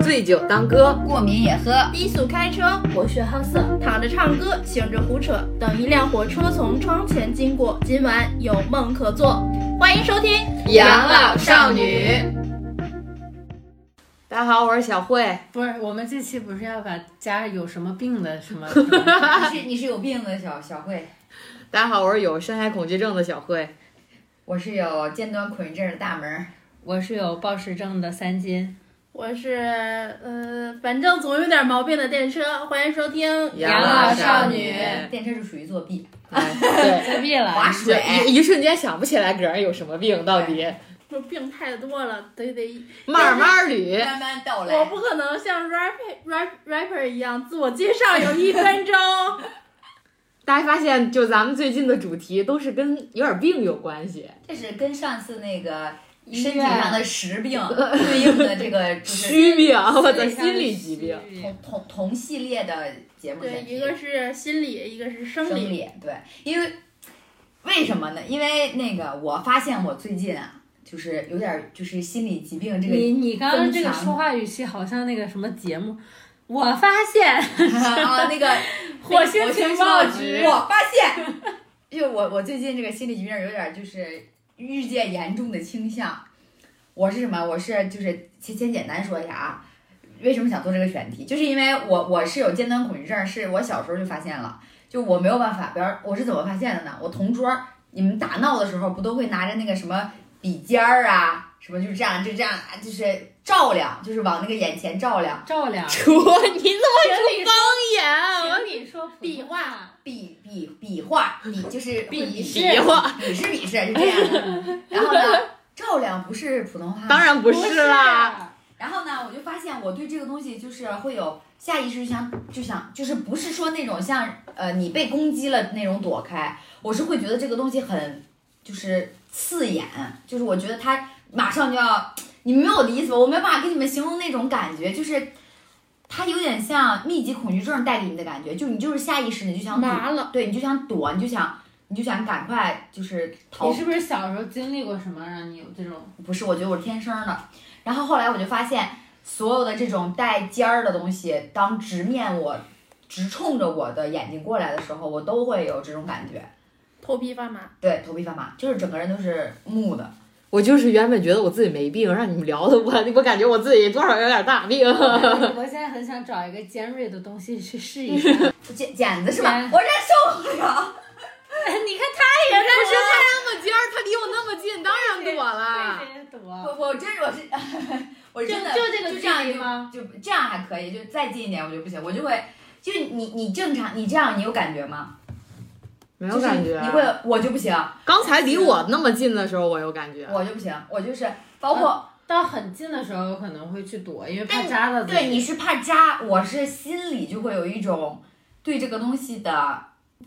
醉酒当歌，过敏也喝。 低速开车，博学好色，躺着唱歌，醒着胡扯。等一辆火车从窗前经过，今晚有梦可做。欢迎收听《养老少女》。大家好，我是小慧。不是，我们这期不是要把家有什么病的什么？你是你是有病的小小慧，大家好，我是有深海恐惧症的小慧。我是有尖端恐惧症的大门儿。我是有暴食症的三金，我是呃，反正总有点毛病的电车。欢迎收听养老少女电车是属于作弊，哎， 对，作弊啊了。划就水。一一瞬间想不起来个人有什么病，到底这病太多了，得得，慢慢捋。慢慢道我来，不可能像 rapper rap rapper 一样自我介绍有一分 钟。大家发现，就咱们最近的主题都是跟有点病有关系，这是跟上次那个医身体院上的实病 对应的这个就是虚病，我的心理疾病。同同同系列的节目选对，题。一个是心理，一个是生生理。理，对，因为为什么呢？因为那个我发现我最近啊，就是有点儿就是心理疾病这个你你刚刚这个说话语气好像那个什么节目，我发 现啊，那个火星我先情说报局我发 现，就我我最近这个心理疾病有点儿就是日渐严重的倾向。我是什么？我是就是先先简单说一下啊，为什么想做这个选题，就是因为我我是有尖端恐惧症，是我小时候就发现了，就我没有办法，比方我是怎么发现的呢？我同桌你们打闹的时候不都会拿着那个什么笔尖儿啊，什么就是这样就这样，就是照亮，就是往那个眼前照亮。照亮。主，你怎么请你说，方啊言？我请你说壁画，比比比划，比就是比比试比划，比试比试是这样 的。然后呢，照亮不是普通话，当。然不是啊啦。。然后呢，我就发现我对这个东西就是会有下意识想就想就是不是说那种像呃你被攻击了那种躲开，我是会觉得这个东西很就是刺眼，就是我觉得它马上就要，你明白我的意思吧？我没有办法给你们形容那种感觉，就是。它有点像密集恐惧症带给你的感觉，就你就是下意识你就想躲麻了，对，你就想躲，你就想，你就想赶快就是逃你。是不是小时候经历过什么让你有这 种？不是，我觉得我是天生的。然后后来我就发现，所有的这种带尖儿的东西，当直面我，直冲着我的眼睛过来的时候，我都会有这种感觉，头皮发麻。对，头皮发麻，就是整个人都是木的。我就是原本觉得我自己没病，让你们聊的我，我感觉我自己多少有点大病。我现在很想找一个尖锐的东西去试 哎一下。你看剪剪子是吧剪？我这受不了。他也是他那么尖儿，他离我那么近，当然躲了。对对躲。 我我真我是，我真的就这个就这样距一离吗就这样还可以，就再近一点我就不行，我就会。就是你，你正常，你这样你有感觉吗？没没有感觉啊你。会，我就不行，刚才离我那么近的时候，我有感觉。我就不行，我就是包括到很近的时候，有可能会去躲，因为怕扎到自己。对，你是怕扎，我是心里就会有一种对这个东西的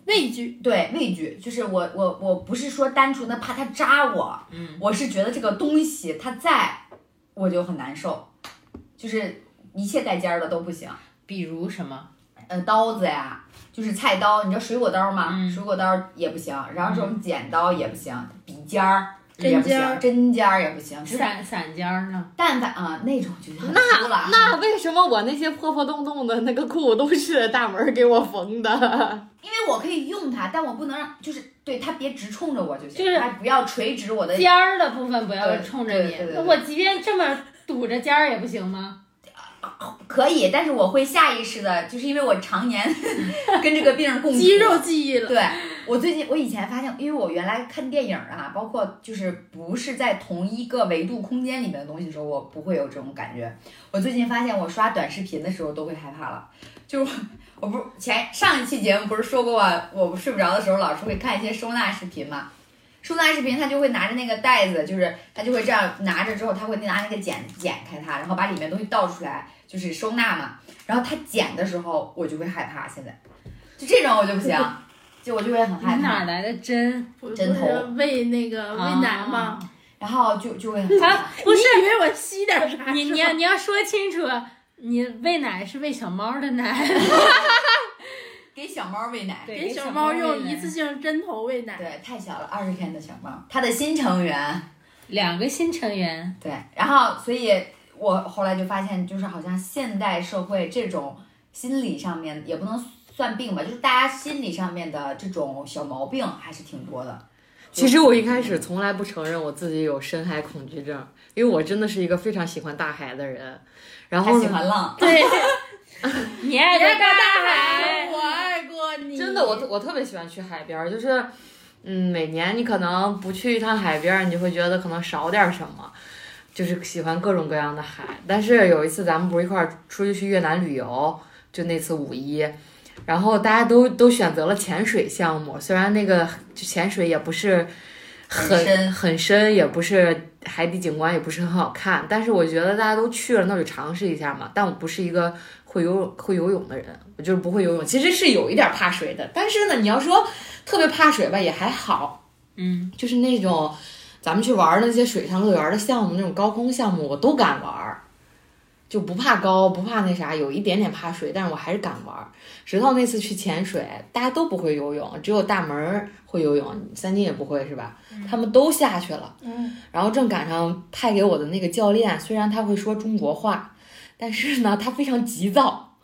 畏 惧，对畏惧，就是我我我不是说单纯的怕它扎我，嗯，我是觉得这个东西它在，我就很难受，就是一切带尖儿的都不行，比如什么？呃，刀子呀。就是菜刀，你知道水果刀吗？嗯水果刀也不行，然后这种剪刀也不行，笔尖儿也针不尖儿行，针尖儿也不嗯行，就是散散尖儿呢？但凡啊、那种就很那粗了啊。那为什么我那些破破洞洞的那个裤都是大门给我缝的？因为我可以用它，但我不能让，就是对它别直冲着我就行，就是它不要垂直我的，尖儿的部分不要对冲着对你对对。那对我即便这么堵着尖儿也不行吗？可以，但是我会下意识的，就是因为我常年 跟这个病共 处肌肉记忆了。对我最近，我以前发现，因为我原来看电影啊，包括就是不是在同一个维度空间里面的东西的时候，我不会有这种感觉。我最近发现，我刷短视频的时候都会害怕了。就是我我不是前上一期节目不是说过啊，我睡不着的时候老是会看一些收纳视频嘛。收纳视频，他就会拿着那个袋子，就是他就会这样拿着之后，他会拿那个剪剪开它，然后把里面东西倒出来，就是收纳嘛。然后他剪的时候，我就会害怕。现在就这种我就不行，就我就会很你害哪怕，来的针？啊不针头是喂那个啊喂奶吗？然后就就会很害怕。不是你以为我吸点啥？ 你你是要吧你要说清楚，你喂奶是喂小猫的奶， 给小猫喂奶，给小小猫喂用奶一次性针头喂奶，对，太小了，二十天的小猫，它的新成员。两个新成员，对，然后所以我后来就发现，就是好像现代社会这种心理上面也不能算病吧，就是大家心理上面的这种小毛病还是挺多的。其实我一开始从来不承认我自己有深海恐惧症，因为我真的是一个非常喜欢大海的人。然还后喜呢，欢浪，对，你哎爱的大海，我爱过你。真的我特我特别喜欢去海边儿，就是，嗯，每年你可能不去一趟海边儿，你就会觉得可能少点儿什么，就是喜欢各种各样的海。但是有一次咱们不是一块儿出去去越南旅游，就那次五一。然后大家都都选择了潜水项目，虽然那个潜水也不是很很深很深，也不是海底景观也不是很好看，但是我觉得大家都去了，那就尝试一下嘛。但我不是一个会游泳会游泳的人，我就是不会游泳，其实是有一点怕水的。但是呢，你要说特别怕水吧，也还好，嗯，就是那种咱们去玩的那些水上乐园的项目，那种高空项目我都敢玩儿，就不怕高，不怕那啥，有一点点怕水，但是我还是敢玩儿。直到那次去潜水，大家都不会游泳，只有大门儿会游泳，三金也不会是吧？他们都下去了。 嗯，然后正赶上派给我的那个教练，虽然他会说中国话，但是呢，他非常急躁，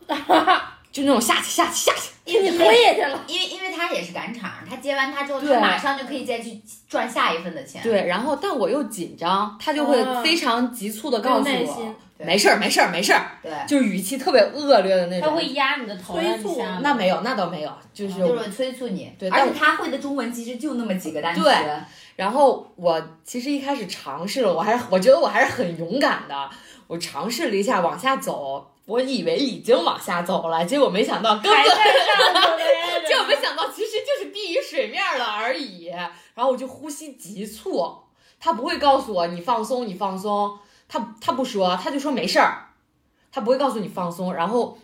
就那种下去下去下去。给 你推下去了。因为因为他也是赶场，他接完他之后，对他马上就可以再去赚下一份的钱。对，然后但我又紧张，他就会啊非常急促的告诉没有耐心我，没事儿没事儿没事儿，对，就是语气特别恶劣的那他种。会压你的头催让你促下吗。那没有，那倒没有，就是啊就是催促你。对而但且他会的中文其实就那么几个单词。对然后我其实一开始尝试了，我还是我觉得我还是很勇敢的，我尝试了一下往下走，我以为已经往下走了，结果没想到根还本在上头嘞结果没想到其实就是低于水面了而已。然后我就呼吸急促，他不会告诉我你放松，你放松，他他不说，他就说没事儿，他不会告诉你放松。然后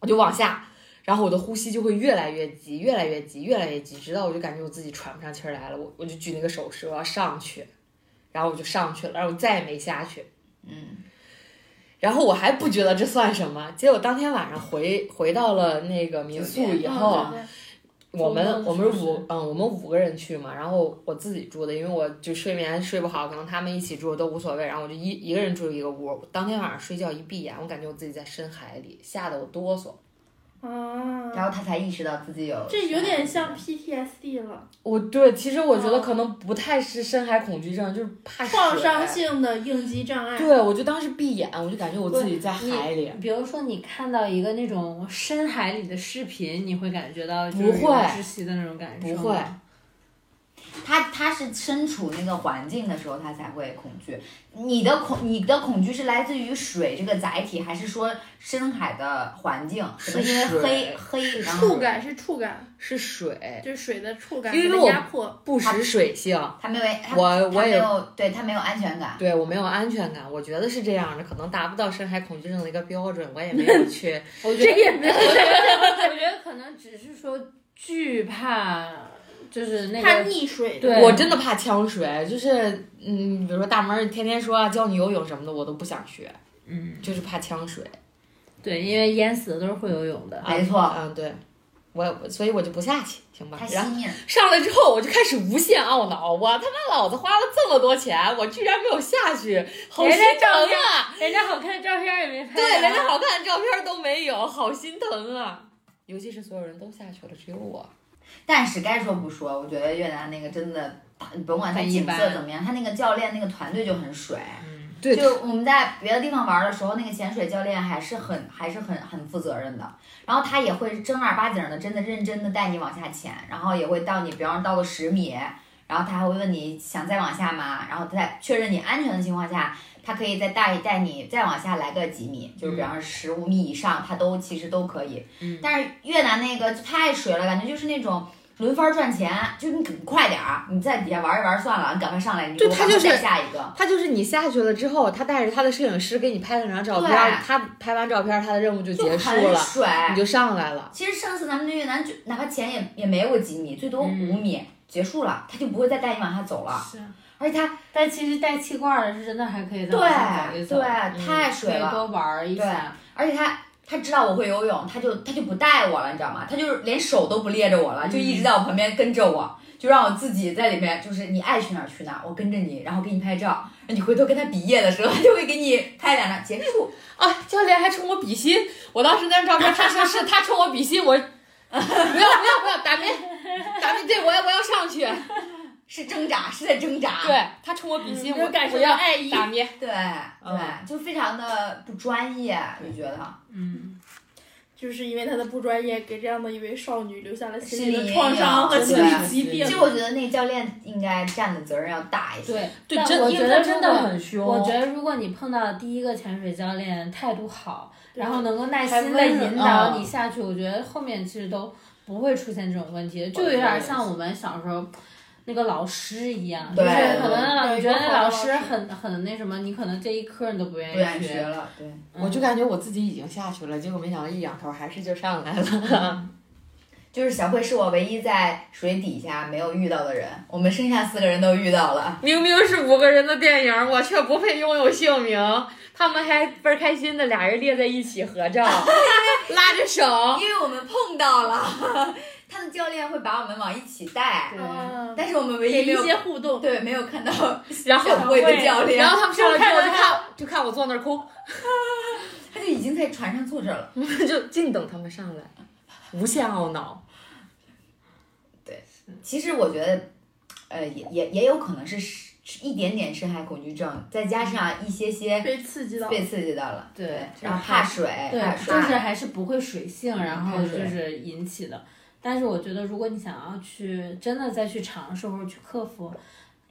我就往下，然后我的呼吸就会越来越急，越来越急，越来越急，直到我就感觉我自己喘不上气儿来了，我我就举那个手势我要上去，然后我就上去了，然后我再也没下去。嗯，然后我还不觉得这算什么，结果当天晚上回回到了那个民宿以后，啊嗯对对我周们末我们是不五嗯，我们五个人去嘛，然后我自己住的，因为我就睡眠睡不好，可能他们一起住都无所谓，然后我就一一个人住一个屋。当天晚上睡觉一闭眼，我感觉我自己在深海里，吓得我哆嗦。然啊，后他才意识到自己有。这有点像 PTSD 了，我对，其实我觉得哦可能不太是深海恐惧症，就是怕水创伤。性的应激障碍。哎对，我就当时闭眼，我就感觉我自己在海里。比如说，你看到一个那种深海里的视频，你会感觉到就是不有会窒息的那种感受吗。不会他他是身处那个环境的时候，他才会恐惧。你的恐你的恐惧是来自于水这个载体，还是说深海的环境？可能因为是黑水黑，然触后感是触感，是水，就是水的触感因给为它我压迫。不识水性。他没有，他我他我没也有，对他没有安全感。对我没有安全感，我觉得是这样的，可能达不到深海恐惧症的一个标准，我也 没有去。我觉这得也没有我觉得，我觉得可能只是说惧怕，就是那它个溺水嗯对我真的怕呛水，就是嗯，比如说大门儿天天说啊教你游泳什么的，我都不想学，嗯，就是怕呛水。对，因为淹死的都是会游泳的。没错，嗯，对，我我所以我就不下去，行吧他。吸嗯然后引。上来之后，我就开始无限懊恼，我他妈老子花了这么多钱，我居然没有下 去，好人心家疼照片啊！ 人家好看的照片也没拍、对，啊连个。好看的照片都没有，好心疼啊！尤其是所有人都下去了，只有我。但是该说不说，我觉得越南那个真的，你甭管他很一景色般怎么样，他那个教练那个团队就很水。对就我们在别的地方玩的时候，那个潜水教练还是很还是很很负责任的，然后他也会正儿八经的真的认真的带你往下潜，然后也会到你，比方说到个十米，然后他还会问你想再往下吗？然后在确认你安全的情况下，他可以再带带你再往下来个几米，就是比嗯方说十五米以上，他都其实都可以。嗯但是越南那个就太水了，感觉就是那种。轮番赚钱，就是你快点儿，你在底下玩一玩算了，你赶快上来，你给对我他赶快就是再下一个。他就是你下去了之后，他带着他的摄影师给你拍了张照片对，他拍完照片，他的任务就就结束很了，水。你就上来了。其实上次咱们去越南就哪怕潜也也没有几米，最多五嗯米、结束了，他就不会再带你往下走了。是啊，而且他但其实带气罐的是真的还可以再往下走对对、一走，太可水以了，多玩儿一下。而且他他知道我会游泳，他就他就不带我了，你知道吗？他就是连手都不猎着我了，就一直在我旁边跟着我，就让我自己在里面，就是你爱去哪儿去哪儿，我跟着你，然后给你拍照。你回头跟他比耶的时候，他就会给你拍两张结束。啊，教练还冲我比心，我当时那张照片，他说是他冲我比心，我不要不要不要，打面打面，对我要我要上去，是挣扎，是在挣扎。对他冲我比心，没有我感受我到要爱意。打面，对对，就非常的不专业，就觉得嗯，就是因为他的不专业，给这样的一位少女留下了心心理理的阴创影伤和对心理疾对病其。实我觉得那教练应该占的责任要大一些。对，对，但真我因觉为得他如真果的很凶，我觉得如果你碰到第一个潜水教练态度好，然后能够耐还心的温柔引导嗯你下去，我觉得后面其实都不会出现这种问题，就有我也点是像我们小时候。那个老师一样，就对是可能对你觉得有一那个好的老老师师很很那什么，你可能这一科你都不愿不愿意意学学。了，对。我就感觉我自己已经下去了，结果没想到一仰头还是就上来了。 就是小慧是我唯一在水底下没有遇到的人，我们剩下四个人都遇到了。明明是五个人的电影，我却不配拥有姓名。他们还倍儿开心的，俩人列在一起合 照，拉着手。因为我们碰到了， 他的教练会把我们往一起带，啊但是我们唯给一没一有些互动，对没有看到然后，小慧的教练，然后他们上来之后就就看看，就看我坐那儿哭，他就已经在船上坐着了。 就静等他们上来，无限懊 恼。其实我觉得，呃，也也也有可能是是一点点深海恐惧症，再加上一些些被刺激到。被刺激到了，对然后怕水，对怕，就水，是还是不会水性，然后对就是引起的。但是我觉得，如果你想要去真的再去尝试或者去克服，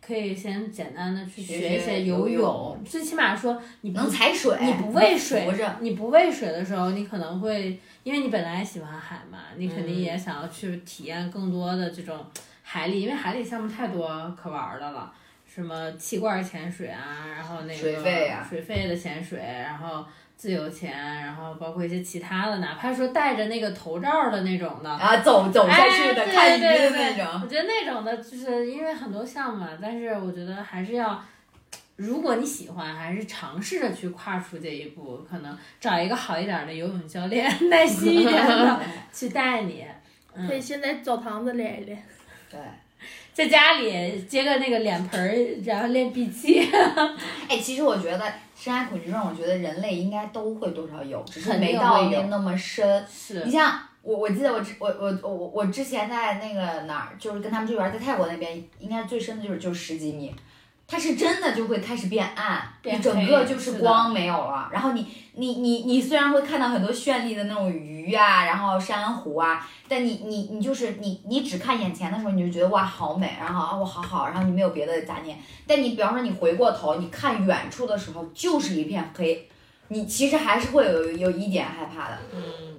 可以先简单的去学学学一些游游泳最起码说你不能踩水，你不畏水浮着，你不畏水的时候，你可能会因为你本来喜欢海嘛，你肯定嗯也想要去体验更多的这种海里，因为海里项目太多可玩的了。什么气罐潜水啊，然后那个水肺啊水肺的潜水，然后自由潜，然后包括一些其他的，哪怕说戴着那个头罩的那种的，然后走走下去的，哎、看鱼对的对对那种。我觉得那种的，就是因为很多项目嘛，啊但是我觉得还是要，如果你喜欢，还是尝试着去跨出这一步，可能找一个好一点的游泳教练， 耐心一点的去带你。嗯可以先在澡堂子练一练，对，在家里接个那个脸盆儿，然后练闭 气，哎，其实我觉得深海恐惧症，我觉得人类应该都会多少有，只是肯定没到会有那那么深。是你像我，我记得我之我我我我我之前在那个哪儿，就是跟他们队员在泰国那边，应该最深的就是就是十几米，它是真的就会开始变暗，变你整黑个就是是的光没有了。然后你你你你虽然会看到很多绚丽的那种鱼啊，然后珊瑚啊，但你你你就是你你只看眼前的时候，你就觉得哇好美，然后啊我好好，然后你没有别的杂念。但你比方说你回过头，你看远处的时候就是一片黑。你其实还是会有有一点害怕的，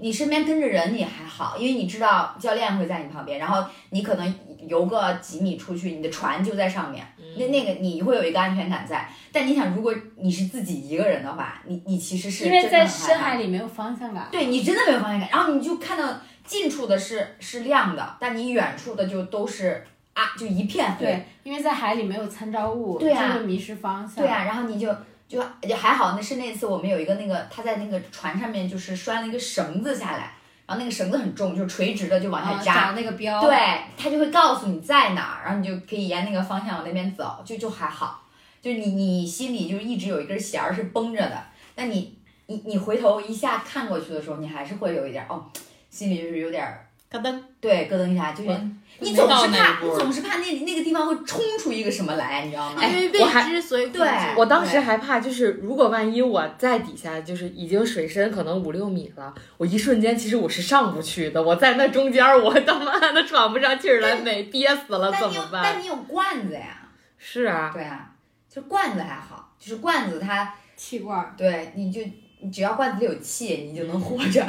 你身边跟着人你还好，因为你知道教练会在你旁边，然后你可能游个几米出去，你的船就在上面，那那个你会有一个安全感在。但你想，如果你是自己一个人的话，你你其实是因为真的在很深害怕海里没有方向感。对你真的没有方向感，然后你就看到近处的是是亮的，但你远处的就都是啊，就一片黑。对，因为在海里没有参照物，对啊就会迷失方向。嗯对啊，然后你就就就还好，那是那次我们有一个那个他在那个船上面就是拴了一个绳子下来，然后那个绳子很重，就垂直的就往哦啊，下扎。找那个标。对，他就会告诉你在哪儿，然后你就可以沿那个方向往那边走，就就还好。就你你心里就一直有一根弦儿是绷着的，那你你你回头一下看过去的时候，你还是会有一点儿哦，心里就是有点儿嘎噔，对咯噔一下，就是我你没总到是那一怕你步儿总是怕那那个地方会冲出一个什么来，你知道吗？哎因为未我还知所以恐惧对我当时还怕，就是如果万一我在底下，就是已经水深可能五六米了，我一瞬间其实我是上不去的。我在那中间儿，我他 妈的喘不上气儿来，美憋死了，但怎你有么办？但你有罐子呀，是啊，对啊，就罐子还好，就是罐子它气罐儿。对你就你只要罐子里有气，你就嗯能活着。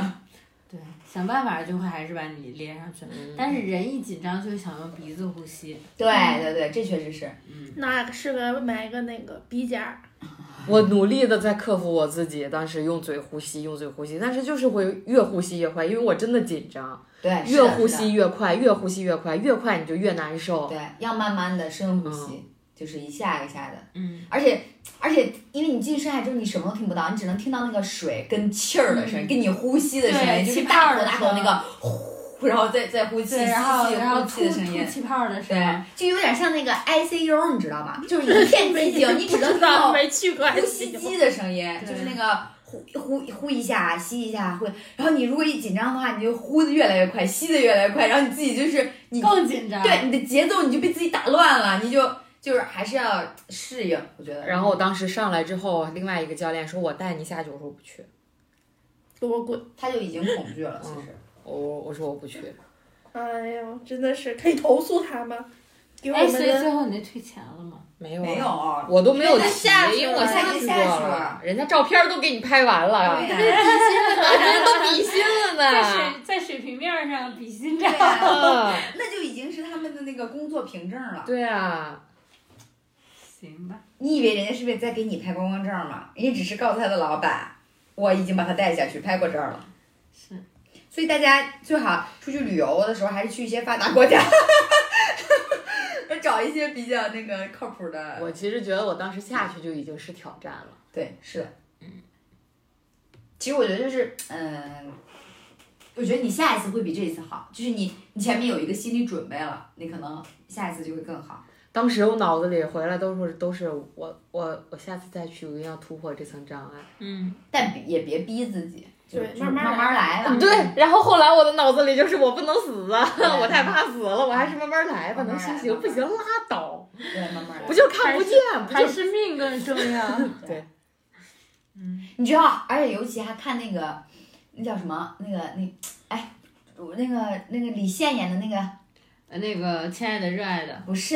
对，想办法就会还是把你连上去。嗯嗯但是人一紧张就想用鼻子呼吸，对对对，这确实是。那适合买一个那个鼻夹儿，我努力的在克服我自己，当时用嘴呼吸，用嘴呼吸，但是就是会越呼吸越快，因为我真的紧张，对，是啊越的呼。是的吸越快，越呼吸越快，越快你就越难受。对，要慢慢的深呼吸，就是一下一下的。嗯，而且而且，因为你进深海之后，你什么都听不到，你只能听到那个水跟气儿的声音，跟你呼吸的声嗯对音，就气是泡大儿口的大口那声个呼呼，然后再再呼气，吸对，气然后然呼后吐气的声吐音。气泡的声对音，，就有点像那个 ICU，你知道吗？就是一 片寂静，你只能听到没去过呼吸机的声音，就是那个呼呼呼一下，吸一下，呼。然后你如果一紧张的话，你就呼的越来越快，吸的越来越快，然后你自己就是你更紧张。对你的节奏你就被自己打乱了，你就就是还是要适应，我觉得。然后我当时上来之后，另外一个教练说：“我带你下去。”我说：“我不去。多贵！他就已经恐惧了，其实。我”我我说我不去。哎呀，真的是可以投诉他吗？给我哎，们所以的最后你那退钱了吗？没有啊没有，我都没有因为他提下去，因为我了下他已经过下去了了，人家照片都给你拍完了，对呀人家都比心了 在呢。水在水平面上比心对战。呀，嗯那就已经是他们的那个工作凭证了。对啊，行吧，你以为人家是为了在给你拍观光证吗？人家只是告诉他的老板，我已经把他带下去拍过证了。是所以大家最好出去旅游的时候，还是去一些发达国家，找一些比较那个靠谱的。我其实觉得我当时下去就已经是挑战了。对，是的，嗯。其实我觉得就是，嗯，我觉得你下一次会比这一次好，就是你你前面有一个心理准备了，你可能下一次就会更好。当时我脑子里回来都是都是我我我下次再去我一定要突破这层障碍。嗯，但别也别逼自己，就对就慢慢慢慢来吧。对，然后后来我的脑子里就是我不能死啊，嗯对我太怕死了，我还是慢慢来吧，慢能慢来行行不行拉倒，对，慢慢来不。就看不见，不 还就是命更重 要。对，嗯，你知道，而且尤其还看那个，那叫什么？那个那，哎，我那个那个李现演的那个呃那个亲爱的热爱的，不 是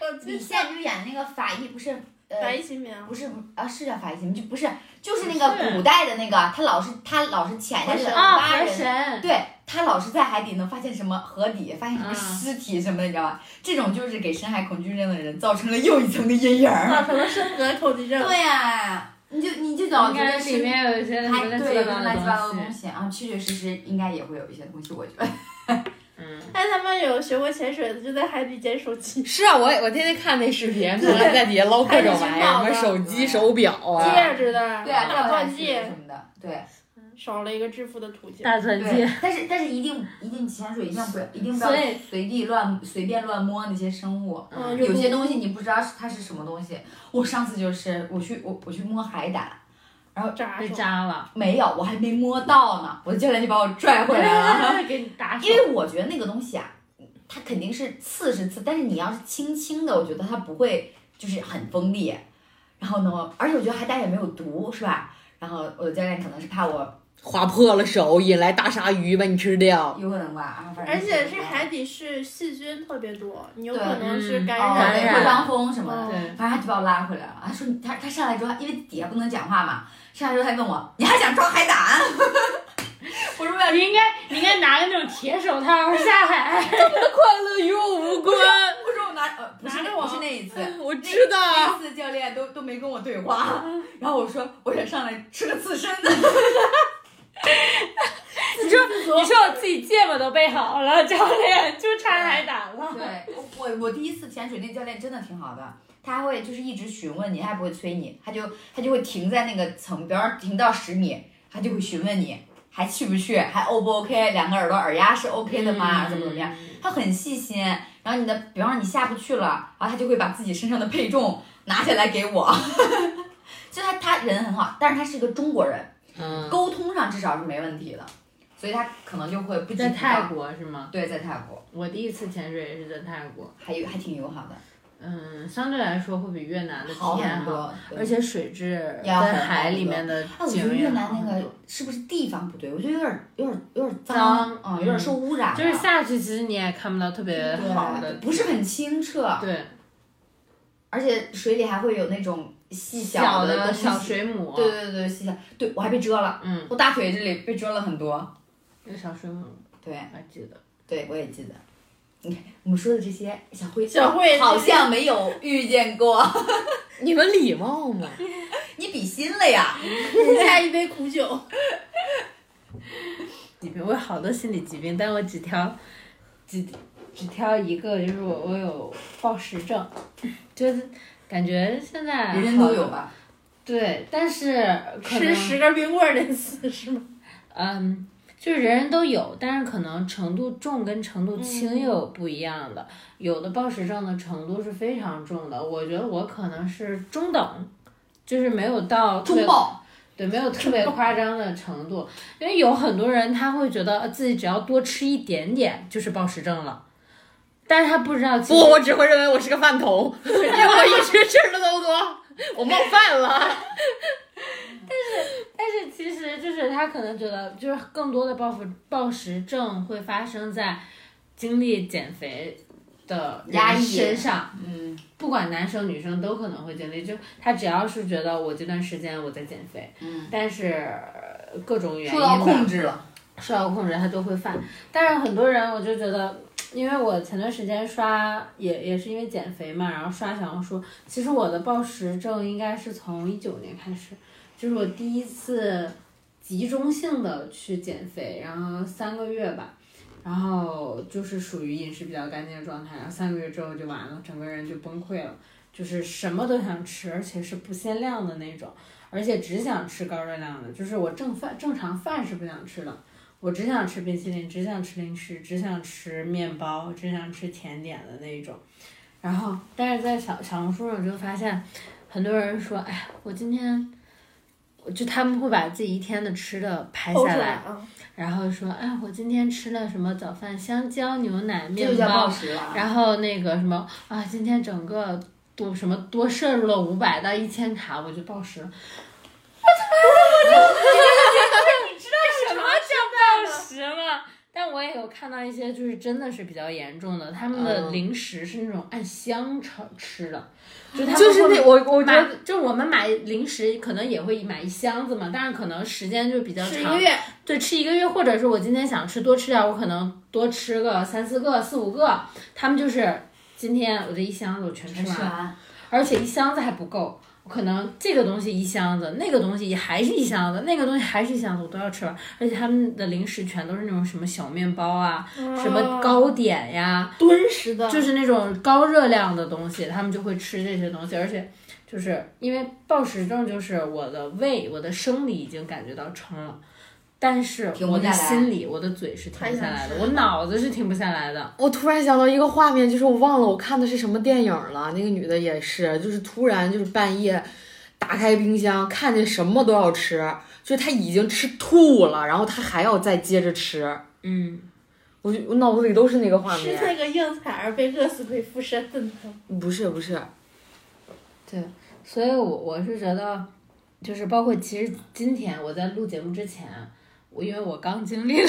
我李最现，就是演那个法医，不是白呃，一新棉不是不是啊，是叫法医秦明，就不是，就是那个古代的那个，他老是他老是潜下去河神啊，挖河人，神，对他老是在海底能发现什么河底，发现什么嗯尸体什么的，你知道吧？这种就是给深海恐惧症的人造成了又一层的阴影儿。造成了深格恐惧症。对呀、你就你就老应觉该得是里面有一些还乱对七有八糟乱七八糟的的东东西。西啊，确确实实应该也会有一些东西，我觉得。嗯。但他们有学过潜水的，就在海底捡手机。是啊，我我天天看那视频，他们在底下捞各种玩意儿，什么手机、手表啊。戒指的， 对啊，打掉下钻去戒，什么的，对少了一个致富的途径。大钻对戒，。但是但是一定一定潜水一定要不要一定不要所以随地乱随便乱摸那些生物，嗯，有些东西西你不知道是它是什么东西。我上次就是我去我我去摸海胆，扎被手，扎了，没有，我还没摸到呢，我的教练就把我拽回来了， 来给你打手因。为我觉得那个东西啊，它肯定是刺是刺，但是你要是轻轻的，我觉得它不会就是很锋利。然后呢，而且我觉得海胆也没有毒，是吧？然后我的教练可能是怕我划破了手，引来大鲨鱼把你吃掉。有可能吧，啊反正而且是是海底是细菌特别多，你有对可能是嗯感哦染对感会染伤风什么的。嗯对，反正他就把我拉回来了，他说他他上来之后，因为底下不能讲话嘛，上来之后还问我，你还想抓海胆？我说为了你应该你应该拿个那种铁手 套下海。快乐与我无关，我说我拿呃不是拿着那我不是那一次，我那知道那。次教练都都没跟我对话，然后我说我想上来吃个刺身的，你说你说我自己芥末都备好了，教练就差海胆 了。对我我我第一次潜水，那教练真的挺好的，他还会就是一直询问你，他也不会催你，他就他就会停在那个层，比方说停到十米，他就会询问你还去不去，还 O 不 OK，两个耳朵耳压是 OK 的吗？怎么怎么样？他很细心，然后你的，比方说你下不去了，然后他就会把自己身上的配重拿下来给我。 就他他人很好，但是他是一个中国人，嗯，沟通上至少是没问题的，所以他可能就会不在仅泰，国是吗？对，在泰国我第一次潜水也是在泰国，还有还挺友好的。嗯，相对来说会比越南的体好验很好，多，而且水质要跟很海好里多面的哎，我觉景得也越南好那很个多是不是地方不对？我觉得有点有点有点脏嗯啊，有点受污染了，就是下去其实你也看不到特别好对，的，不是很清澈，对而且水里还会有那种细小的东西小水母，啊对对对，细小，对我还被蛰了，嗯，我大腿这里被蛰了很多，那小水母对我还记得，对，我也记得。你看我们说的这些，小慧小慧好像没有遇见过， 你们礼貌吗？ 你比心了 呀？下一杯苦酒，疾病我有好多心理疾病，但我只挑只只挑一个，就是我我有暴食症， 就是感觉现在人人都好有吧？对，但是可吃能十根冰棍儿得死是吗？嗯，就是人人都有，但是可能程度重跟程度轻又有不一样的。有的暴食症的程度是非常重的，我觉得我可能是中等，就是没有到特别中报，对，没有特别夸张的程度，因为有很多人他会觉得呃自己只要多吃一点点就是暴食症了，但是他不知道其不，实我只会认为我是个饭桶， 因为我一直吃的都多，我冒犯了。但是其实就是他可能觉得，就是更多的暴食暴食症会发生在经历减肥的人压抑身上，嗯，不管男生女生都可能会经历。就他只要是觉得我这段时间我在减肥，嗯，但是呃各种原因受到吧控制了，受到控制，他都会犯。但是很多人，我就觉得，因为我前段时间刷也也是因为减肥嘛，然后刷小红书，其实我的暴食症应该是从一九年开始，就是我第一次集中性的去减肥，然后三个月吧。然后就是属于饮食比较干净的状态，然后三个月之后就完了，整个人就崩溃了，就是什么都想吃，而且是不限量的那种，而且只想吃高热量的，就是我正饭正常饭是不想吃的，我只想吃冰淇淋，只想吃零食，只想吃面包，只想吃甜点的那一种。然后，但是在小小红书上，我就发现很多人说：“哎，我今天，我就他们会把自己一天的吃的拍抠下出来来，啊！然后说：哎，我今天吃了什么早饭？香蕉、牛奶、这面就叫暴包，食了啊。然后那个什么啊，今天整个多什么多摄入了五百到一千卡，我就暴食了。 我他妈的，我就你知道什么叫暴食吗？但我也有看到一些，就是真的是比较严重的，他们的嗯零食是那种按箱吃吃的，就他们就是会那我我觉买得，就是我们买零食可能也会买一箱子嘛，但是可能时间就比较长，是一个月，对，吃一个月，或者是我今天想吃多吃点儿，我可能多吃个三四个、四五个。他们就是今天我这一箱子我全吃全完吃了，完，而且一箱子还不够，我可能这个东西一箱子，那个东西还是一箱子，那个东西还是一箱子，我都要吃完。而且他们的零食全都是那种什么小面包啊，什么糕点呀、敦实的，就是那种高热量的东西，他们就会吃这些东西，而且就是因为暴食症，就是我的胃，我的生理已经感觉到撑了，但是停不我的下来心里，我的嘴是停还不下想来的，吃我脑子是停不下来的。我突然想到一个画面，就是我忘了我看的是什么电影了。那个女的也是，就是突然就是半夜打开冰箱，看见什么都要吃，就是她已经吃吐了，然后她还要再接着吃。嗯，我就我脑子里都是那个画是面，那个应采儿被饿死鬼附身 的那种。不是不是，所以我我是觉得，就是包括其实今天我在录节目之前，我因为我刚经历了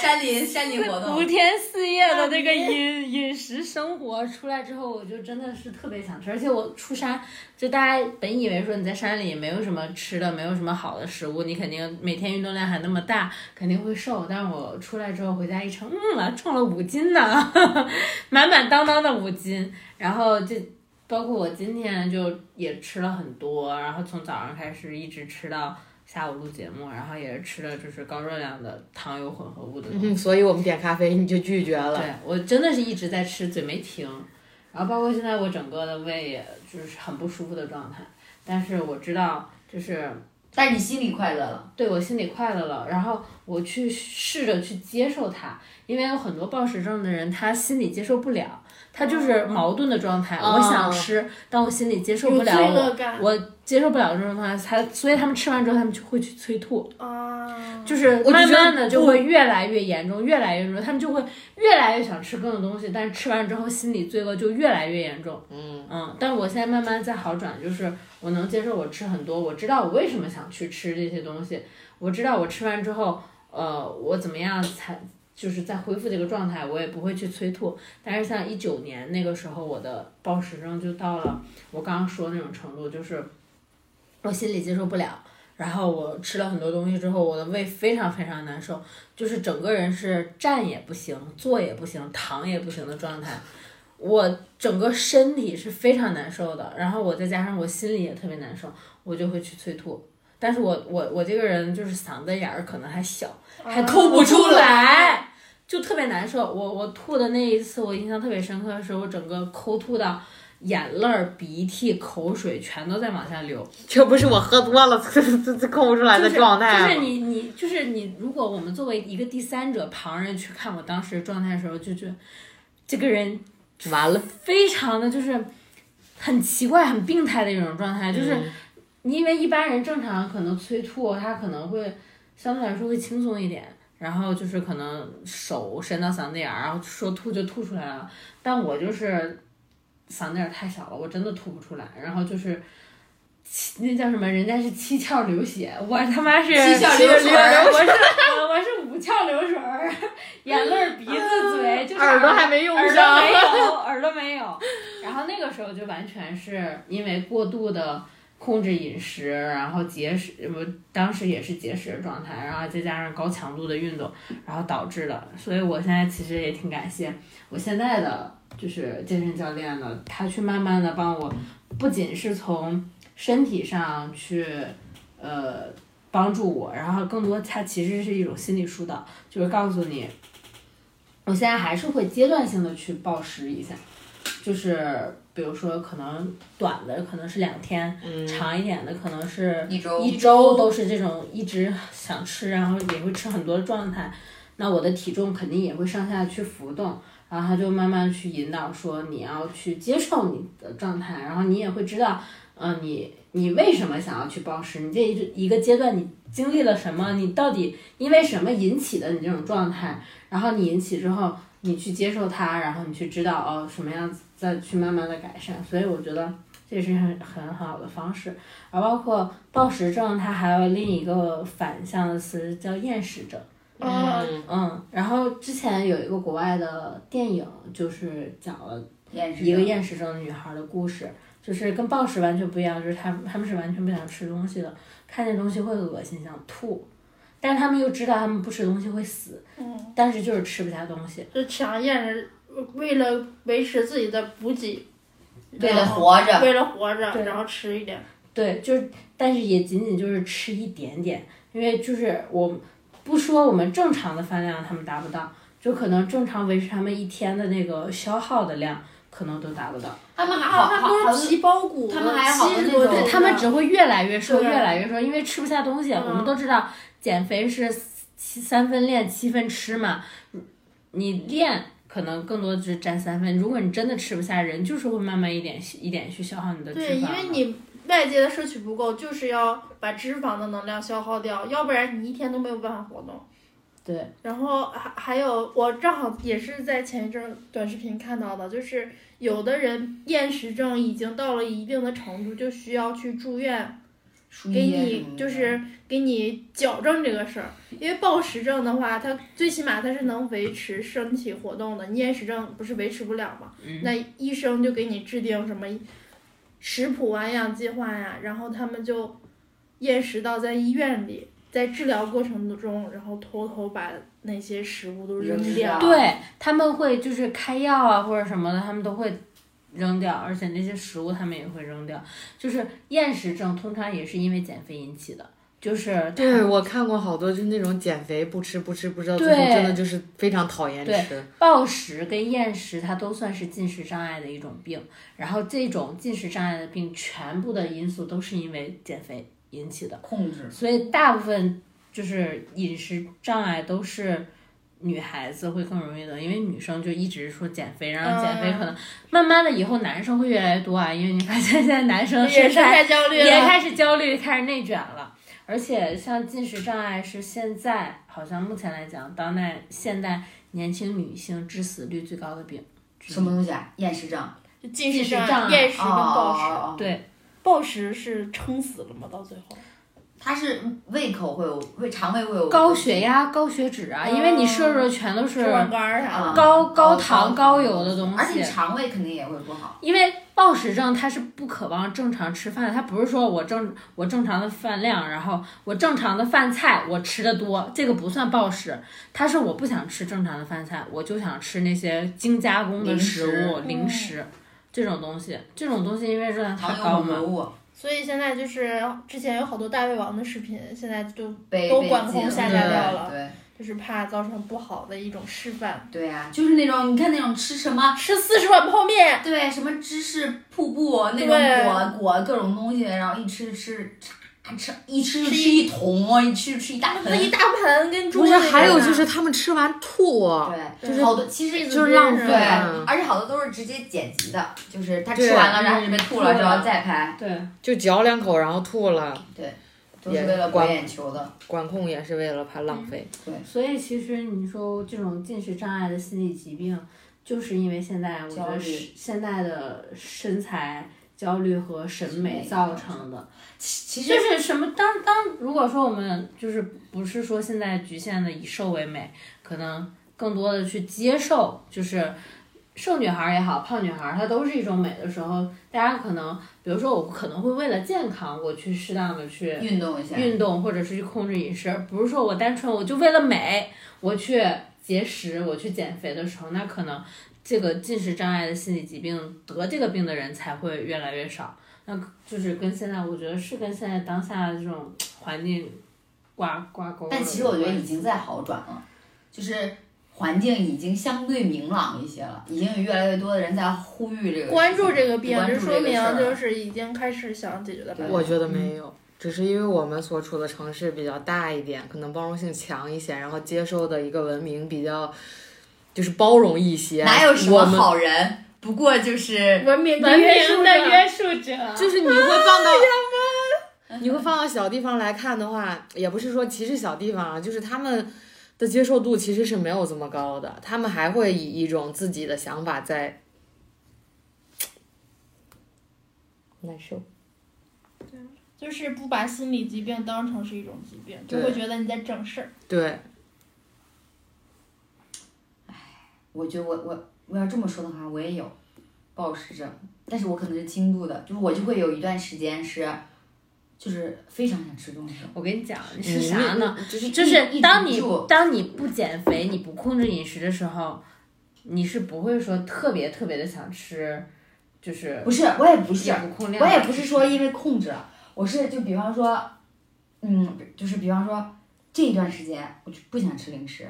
山林山林活五 动，天四夜的那个饮饮食生活出来之后，我就真的是特别想吃，而且我出山，就大家本以为说你在山里没有什么吃的，没有什么好的食物，你肯定每天运动量还那么大，肯定会瘦。但是我出来之后回家一称，嗯了，称了五斤呢， 满满当当的五斤。然后就包括我今天就也吃了很多，然后从早上开始一直吃到。下午录节目，然后也是吃了就是高热量的糖油混合物的东西。嗯，所以我们点咖啡你就拒绝了。对哎我真的是一直在吃，嘴没停，然后包括现在我整个的胃也就是很不舒服的状态，但是我知道就是但是你心里快乐了，对我心里快乐了，然后我去试着去接受它，因为有很多暴食症的人他心里接受不了，他就是矛盾的状态，哦我想吃，但我心里接受不了有罪恶我感我接受不了这种状态，他所以他们吃完之后他们就会去催吐。啊，就是我就觉慢得慢的就不会越来越严重，越来越严重，他们就会越来越想吃更多东西，但是吃完之后心理罪恶就越来越严重。嗯但我现在慢慢在好转，就是我能接受我吃很多，我知道我为什么想去吃这些东西，我知道我吃完之后，呃，我怎么样才。就是在恢复这个状态，我也不会去催吐。但是像一九年那个时候，我的暴食症就到了我刚刚说的那种程度，就是我心里接受不了，然后我吃了很多东西之后，我的胃非常非常难受，就是整个人是站也不行，坐也不行，躺也不行的状态。我整个身体是非常难受的，然后我再加上我心里也特别难受，我就会去催吐。但是我我我这个人就是嗓子眼儿可能还小，哦还吐不出来，就特别难受。我我吐的那一次，我印象特别深刻的是，我整个抠吐到眼泪儿、鼻涕、口水全都在往下流。这不是我喝多了 这这这抠出来的状态就是吗你你就是你，如果我们作为一个第三者旁人去看我当时的状态的时候，就觉得这个人完了，非常的就是很奇怪、很病态的一种状态，就是嗯你因为一般人正常可能催吐，他可能会相对来说会轻松一点，然后就是可能手伸到嗓子眼儿，然后说吐就吐出来了。但我就是嗓子眼儿太小了，我真的吐不出来，然后就是。七那叫什么？人家是七窍流血，我他妈是七窍流水儿啊我是我我是五窍流水儿， 眼泪儿、鼻子、 嘴，就是耳朵还没用耳朵上没。有，耳朵没有。然后那个时候就完全是因为过度的控制饮食，然后节食，我当时也是节食的状态，然后再加上高强度的运动，然后导致的。所以我现在其实也挺感谢我现在的就是健身教练了，他去慢慢的帮我，不仅是从身体上去，呃。帮助我，然后更多，它其实是一种心理疏导，就是告诉你，我现在还是会阶段性的去暴食一下，就是比如说可能短的可能是两天，长一点的可能是一周一周都是这种一直想吃，然后也会吃很多的状态，那我的体重肯定也会上下去浮动。然后他就慢慢去引导说你要去接受你的状态，然后你也会知道，嗯、你你为什么想要去暴食？你这一一个阶段你经历了什么？你到底因为什么引起的你这种状态？然后你引起之后，你去接受它，然后你去知道哦什么样子，再去慢慢的改善。所以我觉得这也是很很好的方式。而包括暴食症，它还有另一个反向的词叫厌食症。嗯，嗯，然后之前有一个国外的电影，就是讲了厌食一个症厌食症女孩的故事，就是跟暴食完全不一样，就是她们她们是完全不想吃东西的，看见东西会恶心想吐，但是她们又知道她们不吃东西会死，嗯，但是就是吃不下东西。就强硬是为了维持自己的补给，为了然后活着，为了活着，对然后吃一点。对，就是，但是也仅仅就是吃一点点，因为就是我不说我们正常的饭量他们达不到，就可能正常维持他们一天的那个消耗的量可能都达不到。他们还啊，好他好不好是皮包骨，他们还好七十那多种斤对的，他们只会越来越瘦，对越来越瘦，因为吃不下东西。嗯我们都知道，减肥是七三分练，七分吃嘛。你练可能更多只是占三分。如果你真的吃不下，人就是会慢慢一点一点去消耗你的呃脂肪嘛。对，因为你外界的摄取不够，就是要把脂肪的能量消耗掉，要不然你一天都没有办法活动。对，然后还还有，我正好也是在前一阵儿短视频看到的，就是有的人厌食症已经到了一定的程度，就需要去住院，输给液什么的你就是给你矫正这个事儿。因为暴食症的话，它最起码它是能维持身体活动的，你厌食症不是维持不了吗？嗯那医生就给你制定什么食谱啊、营养计划呀、然后他们就厌食到在医院里，在治疗过程中，然后偷偷把那些食物都扔扔掉。掉对他们会就是开药啊或者什么的，他们都会扔掉，而且那些食物他们也会扔掉。就是厌食症通常也是因为减肥引起的，就是对我看过好多，就是那种减肥不吃不吃不知道，对最后真的就是非常讨厌对吃。暴食跟厌食，它都算是进食障碍的一种病。然后这种进食障碍的病，全部的因素都是因为减肥引起的。控制，所以大部分就是饮食障碍都是女孩子会更容易得，因为女生就一直说减肥，然后减肥嗯可能慢慢的以后男生会越来越多啊，因为你发现现在男生也身是材太焦虑也了。开始焦虑，开始内卷了。而且像进食障碍是现在好像目前来讲，当代现代年轻女性致死率最高的病。什么？东西啊？厌食症，进食食障碍障碍、厌食哦跟哦暴食，哦哦，对，暴食是撑死了吗？到最后，它是胃口会有胃肠胃会有高血压、高血脂啊，因为你摄入的全都是脂肪肝儿啥啊的。高高高糖高油的东西而且肠胃肯定也会不好。因为暴食症它是不渴望正常吃饭的，它不是说我正我正常的饭量，然后我正常的饭菜我吃的多，这个不算暴食，它是我不想吃正常的饭菜，我就想吃那些精加工的零食食物、嗯零食。这种东西，这种东西因为热量糖太油高混嘛合，物所以现在就是之前有好多大胃王的视频，现在就被都被管控禁下架对掉了对，就是怕造成不好的一种示范。对呀、就是那种你看那种吃什么。吃四十碗泡面，对，什么芝士瀑布那对种果果各种东西，然后一吃吃吃吃一吃就吃吃一一桶，哦一吃就吃一大那盆。一大盆跟猪不是，那个还有呢就是他们吃完吐，对，就是好多其实就是浪费对，嗯而且好多都是直接剪辑的，就是他对吃完了，然后这边吐了嗯之后再拍，对，就嚼两口然后吐了。都是为了博管眼球的。管控也是为了怕嗯浪费。所以其实你说这种进食障碍的心理疾病，就是因为现在我觉焦得虑是现在的身材焦虑和审美造成的。其就实是什么当当，如果说我们就是不是说现在局限的以瘦为美，可能更多的去接受，就是瘦女孩儿也好，胖女孩儿她都是一种美的时候，大家可能比如说我可能会为了健康，我去适当的去运动一下，运动，或者是去控制饮食，不是说我单纯我就为了美，我去节食，我去减肥的时候，那可能这个进食障碍的心理疾病得这个病的人才会越来越少。那就是跟现在，我觉得是跟现在当下的这种环境挂挂钩。但其实我觉得已，经在好转了，就是环境已经相对明朗一些了，已经有越来越多的人在呼吁这个关注事情这个病，关这注说个事明儿啊了就是已经开始想解决的办对法。我觉得嗯没有，只是因为我们所处的城市比较大一点，可能包容性强一些，然后接受的一个文明比较就是包容一些。哪有什我么们好人，不过就是文明文明明的约约束者，就是你会放到，你会放到小地方来看的话，也不是说歧视小地方啊，就是他们的接受度其实是没有这么高的，他们还会以一种自己的想法在。难受，就是不把心理疾病当成是一种疾病，就对会觉得你在整事儿。对，我觉得我我我要这么说的话，我也有暴食症，但是我可能是轻度的，就是我就会有一段时间是，就是非常想吃东西，我跟你讲嗯是啥呢？就是就一是一当抵你住当你不减肥、你不控制饮食的时候，你是不会说特别特别的想吃，就是不是我也不是也，不控量我也不是说因为控制了，我是就比方说，嗯，就是比方说这一段时间我就不想吃零食，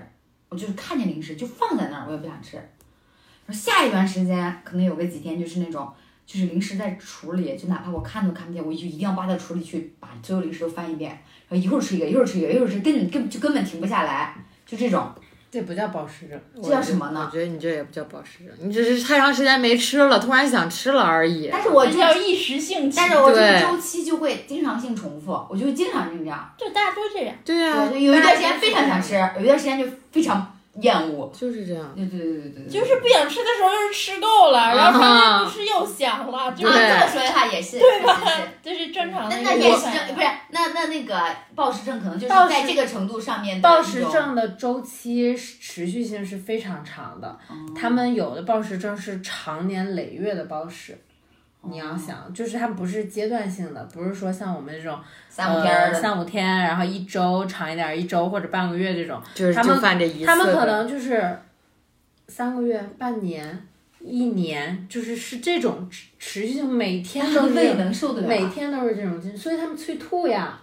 我就是看见零食就放在那儿，我也不想吃。然后下一段时间可能有个几天就是那种，就是零食在橱里，就哪怕我看都看不见，我就一定要扒到橱里去把所有零食都翻一遍，然后一会儿吃一个，一会儿吃一个，一会儿吃一个，根本根本就根本停不下来，就这种，这不叫暴食症，这叫什么呢？我觉得你这也不叫暴食症，你只是太长时间没吃了，突然想吃了而已。但是我这就，叫一时兴起，但是我这个对周期就会经常性重复，我就会经常性这样。就大家都这样。对啊呀、对，就有一段时间非常想吃，有一段时间就非常厌恶。就是这样。对对对对对，对就是不想吃的时候又是吃够了，然后啊稍微不吃又想了，就啊，是对这么说的话也是，对吧？这是正常那的一那个厌过食程。症不是那那那个暴食症可能就是暴食在这个程度上面的暴食一种，症的周期是持续性是非常长的，嗯他们有的暴食症是常年累月的暴食。你要想，就是它不是阶段性的，不是说像我们这种三五天儿呃、的，三五天，然后一周长一点儿，一周或者半个月这种，就是他们就犯这一次呗，他们可能就是三个月、半年、一年，就是是这种持持续性，每 天他都们 是胃能受得每了。天都是这种劲，所以他们催吐呀，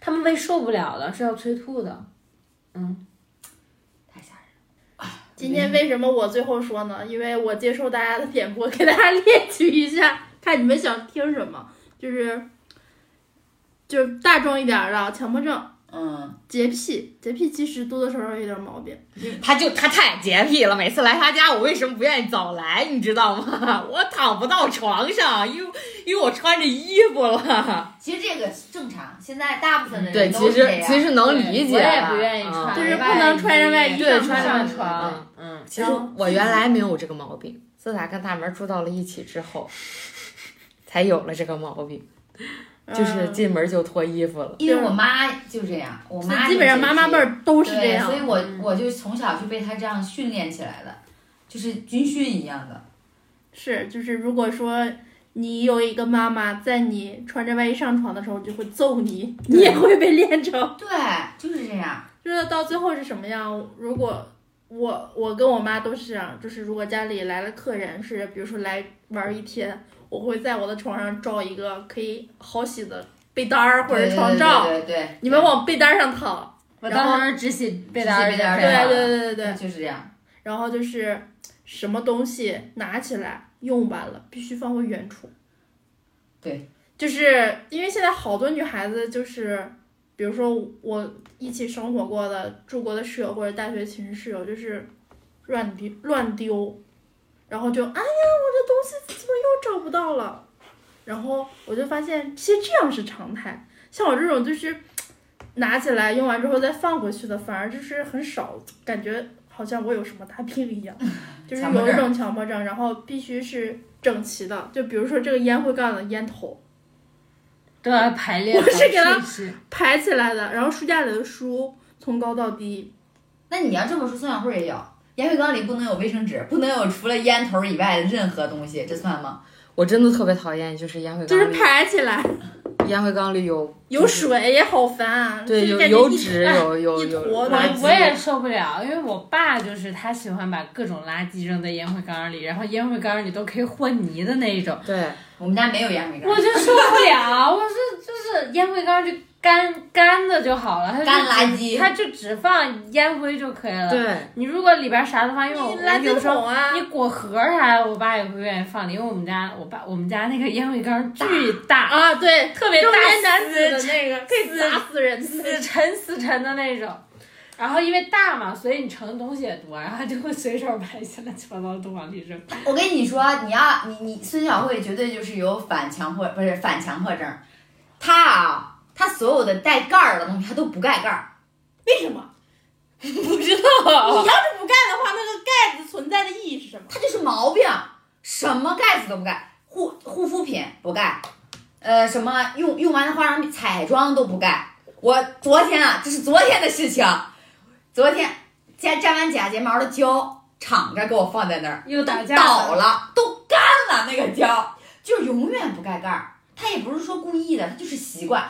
他们胃受不了了是要催吐的。太吓人今天为什么我最后说呢？因为我接受大家的点播，给大家列举一下，看你们想听什么，就是就是大众一点儿的强迫症、了，洁癖，洁癖其实多多少少有点毛病。他就他太洁癖了。每次来他家，我为什么不愿意早来，你知道吗？ 我躺不到床上，因为因为我穿着衣服嗯了。，其实这个正常，现在大部分 的对，人其都是这实其样。实能理解我了，也不愿意嗯穿，就是不能穿着外衣对上穿着床外衣床。嗯，其实我原来没有这个毛病，自打跟大门住到了一起之后，才有了这个毛病，就是嗯进门就脱衣服了。因为我妈就这样，我所以妈基本上妈妈辈儿。儿都是这对，样所以。我我就从小就被她这样训练起来的，就是军训一样的。是，就是如果说你有一个妈妈在你穿着外衣上床的时候就会揍你，你也会被练成。对，就是这样。就是到最后是什么样？如果我我跟我妈都是这样，就是如果家里来了客人，是比如说来玩一天，我会在我的床上罩一个可以好洗的被单儿或者对床罩，对对对对对你们往被单上躺，我然后当时只洗被单儿只洗被单儿就对可以对了对对对对，就是这样。然后就是什么东西拿起来用完了，必须放回原处。对，就是因为现在好多女孩子就是，比如说我一起生活过的、住过的室友或者大学寝室室友，就是乱丢乱丢，然后就哎呀，我这东西怎么又找不到了？然后我就发现，其实这样是常态。像我这种就是拿起来用完之后再放回去的，反而就是很少，感觉好像我有什么大病一样， 就是强迫有一症种强迫症，然后必须是整齐的。就比如说这个烟灰缸的烟头都要排列我好是给他顺序排起来的，然后书架里的书从高到低，那你要这么说，孙小慧也有烟灰缸里不能有卫生纸，不能有除了烟头以外的任何东西，这算吗？我真的特别讨厌，就是烟灰就缸是里，排起来，烟灰缸里有有，水也好烦啊。对，就有是感觉有一 纸，哎有有一有坨的垃圾我我也受不了，因为我爸就是他喜欢把各种垃圾扔在烟灰缸里，然后烟灰缸里都可以混泥的那一种，对，我们家没有烟灰缸我，就受不了。 我是就是烟灰缸就干干的就好了，它就干只垃圾它就只放烟灰就可以了。对，你如果里边啥都放，因为我你我垃有圾时候桶啊，你果核啥，我爸也不愿意放里，因为我们家我爸我们家那个烟灰缸巨大，啊，对，特别大，中年男子的死那个可以砸死人的死沉死沉的那种。然后因为大嘛，所以你盛的东西也多，然后就会随手把一些乱七八糟的都往里扔。我跟你说，啊你要你你孙小慧绝对就是有反强迫，不是反强迫症。她啊，她所有的带盖儿的东西，她都不盖盖儿。为什么？不知道你要是不盖的话，那个盖子存在的意义是什么？它就是毛病，什么盖子都不盖，护护肤品不盖，呃，什么用用完的化妆品、彩妆都不盖。我昨天啊，这是昨天的事情，昨天粘粘完假睫毛的胶敞着给我放在那儿，又打架了倒了，都干了那个胶，就是永远不盖盖儿。他也不是说故意的，他就是习惯，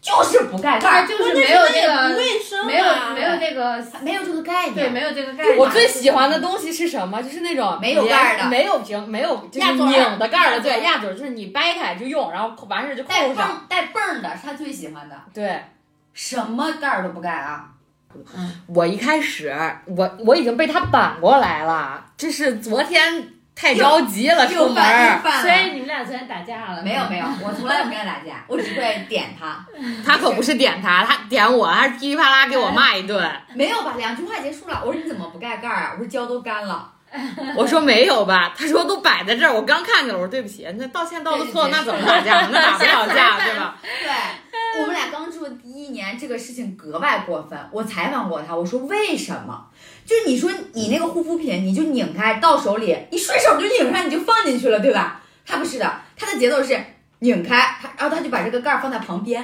就是不盖盖它儿，就是没有这那也不个，卫生啊，没有没有这个，没有这个概念。对，没有这个概念。我最喜欢的东西是什么？就是那种没有盖儿的连没有瓶，没有就是压嘴儿拧的盖儿的，对，压压嘴儿就是你掰开就用，然后完事儿就带扣泵上。带泵儿的是他最喜欢的，对什么盖儿都不盖啊。我一开始，我我已经被他扳过来了，这是昨天太着急了，出 又门犯儿又犯所以了。你们俩昨天打架了？没有 没有，我从来不跟他打架，我只会点他，他可不是点他，他点我，他是噼里啪啦给我骂一 顿。没有吧？两句话结束了。我说你怎么不盖盖儿啊？我说胶都干了。我说没有吧，他说都摆在这儿，我刚看见了。我说对不起，那道歉道个错，对对对那怎么打架？那打不了 架，对吧？对我们俩刚住的第一年，这个事情格外过分。我采访过他，我说为什么？就你说你那个护肤品，你就拧开到手里，你顺手就拧上，你就放进去了，对吧？他不是的，他的节奏是拧开，他然后他就把这个盖儿放在旁边，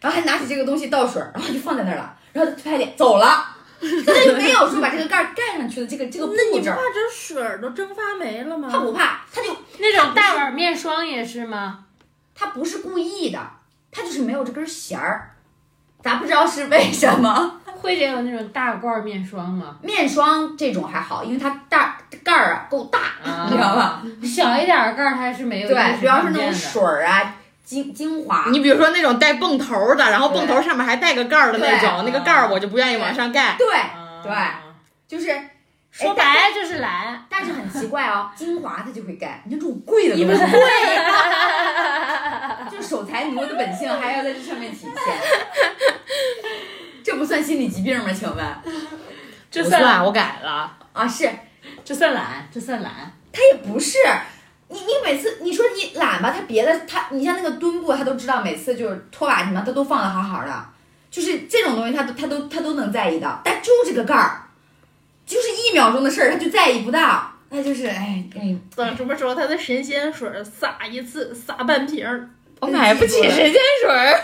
然后还拿起这个东西倒水，然后就放在那儿了，然后他拍脸走了。他就没有说把这个盖儿盖上去的这个这个步那你不骤怕，这水儿都蒸发没了吗？他不怕，他就那种大碗面霜也是吗？他不是故意的，他就是没有这根弦儿，咱不知道是为什么。慧姐有那种大罐面霜吗？面霜这种还好，因为它大盖儿啊够大，啊你知道吧？小一点儿盖儿它是没有。对，主要是那种水。水儿啊、精精华，你比如说那种带泵头的，然后泵头上面还带个盖儿的那种，对那个盖儿我就不愿意往上盖。对，对哎啊就是说白了就是懒。但是很奇怪哦， 精华它就会盖，你看这种贵的东西， 就是守财奴的本性还要在这上面体现，这不算心理疾病吗？请问这不算算，我改了。 啊，是这算懒，这算懒。他也不是，你你每次你说你懒吧，他别的他，你像那个墩布，他都知道，每次就是拖把什么，他都放的好好的，就是这种东西他都他都他都能在意到，但就这个盖儿，就是一秒钟的事儿，他就在意不到，他就是哎哎，等什么时候它的神仙水儿撒一次，撒半瓶儿，我买不起神仙水儿。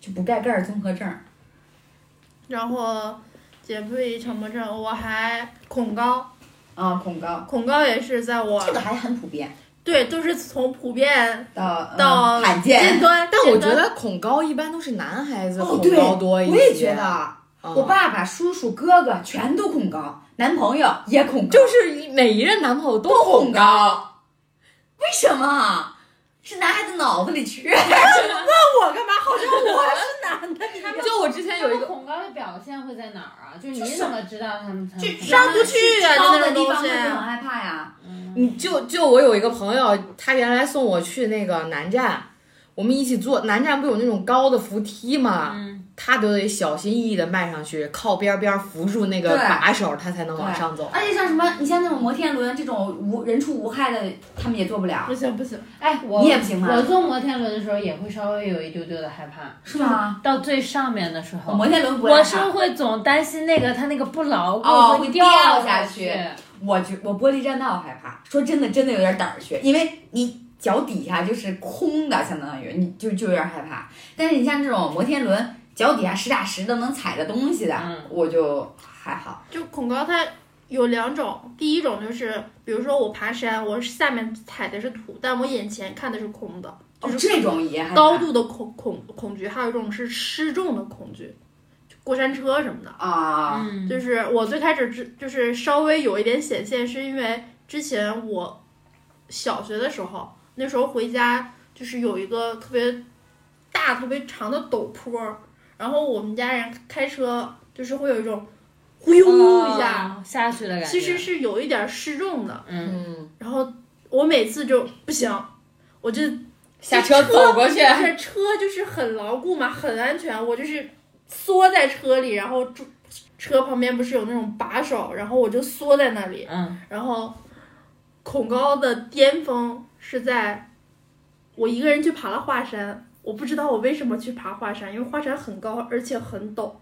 就不盖盖儿综合症。然后洁癖强迫症，我还恐高，啊，恐高，恐高也是在我这个还很普遍，对都是从普遍到、呃到罕尖见。端，但我尖觉端得恐高一般都是男孩子哦恐对高多一些。我也觉得，嗯我爸爸、叔叔、哥哥全都恐高，男朋友也恐高，就是每一任男朋友都都恐恐高。高，为什么？是男孩子脑子里缺？我干嘛？好像我是男就我之前有一他们 个，恐高的表现会在哪儿啊？就是你怎么知道他们他们就恐上高不去啊，高就的地那种东方西会。很害怕呀。你就就我有一个朋友，他原来送我去那个南站，我们一起坐南站不有那种高的扶梯吗？嗯，他都得小心翼翼的迈上去，靠边边扶住那个对把手，他才能往上走。而且像什么，你像那种摩天轮这种无人畜无害的，他们也做不了不，行不行，哎，我你也不啊行吗我坐摩天轮的时候也会稍微有一丢丢的害怕，是吗？到最上面的时候，摩天轮不我害是怕。会总担心那个它那个不牢固、哦会会掉下下去我觉我玻璃栈道害怕，说真的，真的有点胆儿怯，因为你脚底下就是空的，相当于你就就有点害怕。但是你像这种摩天轮，脚底下实打实的能踩的东西的，嗯我就还好。就恐高它有两种，第一种就是比如说我爬山，我下面踩的是土，但我眼前看的是空的，哦就，是这种也害怕高度的恐恐恐惧，还有一种是失重的恐惧，就过山车什么的。啊，嗯，就是我最开始之就是稍微有一点显现，是因为之前我小学的时候，那时候回家就是有一个特别大、特别长的陡坡儿，然后我们家人开车就是会有一种忽悠一下，哦下去的哦感觉。其实是有一点失重的。嗯，嗯，然后我每次就不行，我就下车走过去。但是车就是很牢固嘛，很安全。我就是缩在车里，然后住车旁边不是有那种把手，然后我就缩在那里。嗯，然后恐高的巅峰是在我一个人去爬了华山，我不知道我为什么去爬华山，因为华山很高而且很陡。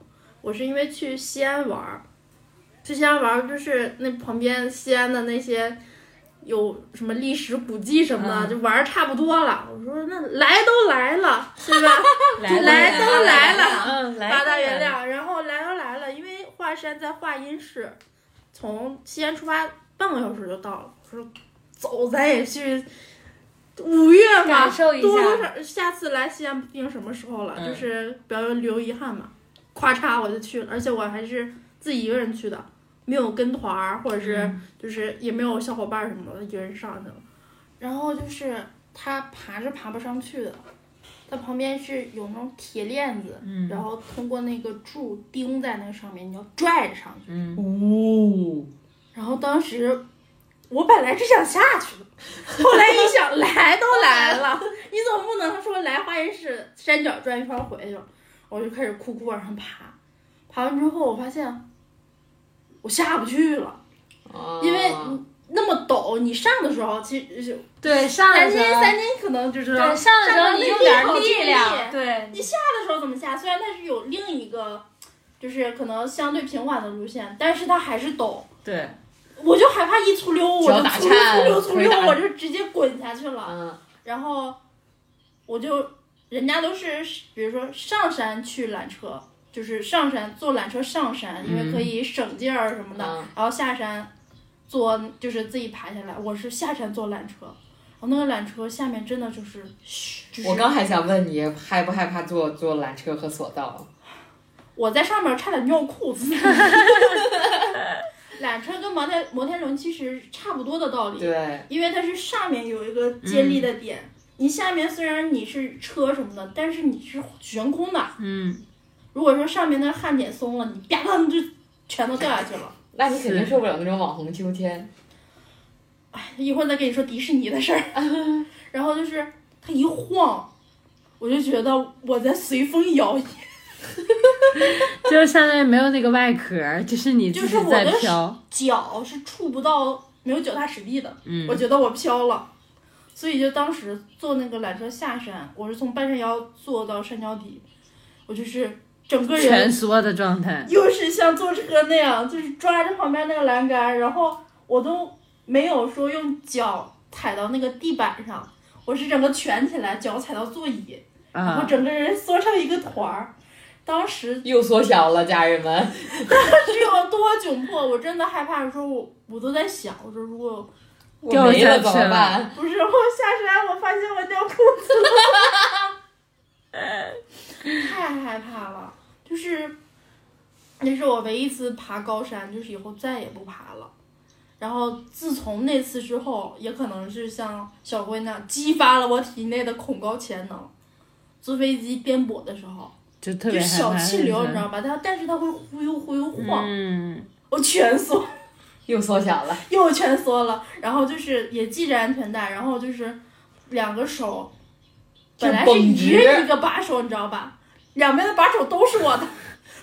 我是因为去西安玩儿，去西安玩儿就是那旁边西安的那些有什么历史古迹什么的，嗯就玩儿差不多了。我说那来都来了，对吧？ 来来都来了嗯，来八大原谅。谅，然后来都来了，因为华山在华阴市，从西安出发半个小时就到了。我说走，咱也去。五月嘛感，受一下多多少下次来西安不定什么时候了，嗯就是不要留遗憾嘛。咔嚓我就去了，而且我还是自己一个人去的，没有跟团儿，或者是嗯就是也没有小伙伴儿什么的，一个人上去了。然后就是他爬是爬不上去的，它旁边是有那种铁链子，嗯然后通过那个柱钉在那上面，你要拽着上去。嗯，哦，然后当时我本来是想下去的，后来一想 来都来了，你总不能说来花园市山脚转一圈回去吧，我就开始哭哭往上爬。爬完之后，我发现我下不去了，因为哦你哦那么陡，你上的时候其实对，上三的时斤候，三斤可能就知道，对，上的时候你用点上的那一口力气量，对，你下的时候怎么下？虽然它是有另一个，就是可能相对平缓的路线，但是它还是陡。对，我就害怕一出溜，我脚就打出颤溜出溜腿出打溜，我就直接滚下去了。嗯，然后我就，人家都是比如说上山去缆车，就是上山坐缆车上山，因为可以省劲儿什么的。嗯然后下山坐就是自己爬下来，我是下山坐缆车。然后那个缆车下面真的就是，就是我刚还想问你，害不害怕坐坐缆车和索道？我在上面差点尿裤子。缆车跟摩天摩天轮其实差不多的道理，对，因为它是上面有一个接力的点，你下面虽然你是车什么的，但是你是悬空的。嗯，如果说上面那焊点松了，你啪当就全都掉下去了。那你肯定是受不了那种网红秋千。一会儿再跟你说迪士尼的事儿。然后就是它一晃，我就觉得我在随风摇曳，就是相当于没有那个外壳，就是你自己在飘，脚是触不到没有脚踏实地的。嗯我觉得我飘了，所以就当时坐那个缆车下山，我是从半山腰坐到山脚底，我就是整个人缩的状态，啊又是像坐车那样，就是抓着旁边那个栏杆，然后我都没有说用脚踩到那个地板上，我是整个蜷起来，脚踩到座椅，啊然后整个人缩成一个团儿。当时又缩小了，家人们。是有多窘迫，我真的害怕的时候，我我都在想，我说如果我 掉没下了去怎么了办？不是，我下山我发现我尿裤子了， 太害怕了。就是，那是我唯一一次爬高山，就是以后再也不爬了。然后自从那次之后，也可能是像小辉那样激发了我体内的恐高潜能。坐飞机颠簸的时候，就特就别害小怕气那流，种你知道吧？它但是它会忽悠忽悠晃，嗯，我全缩又缩小了，又蜷缩了，然后就是也系着安全带，然后就是两个手，就本来是绷一直人一个把手，你知道吧？两边的把手都是我的，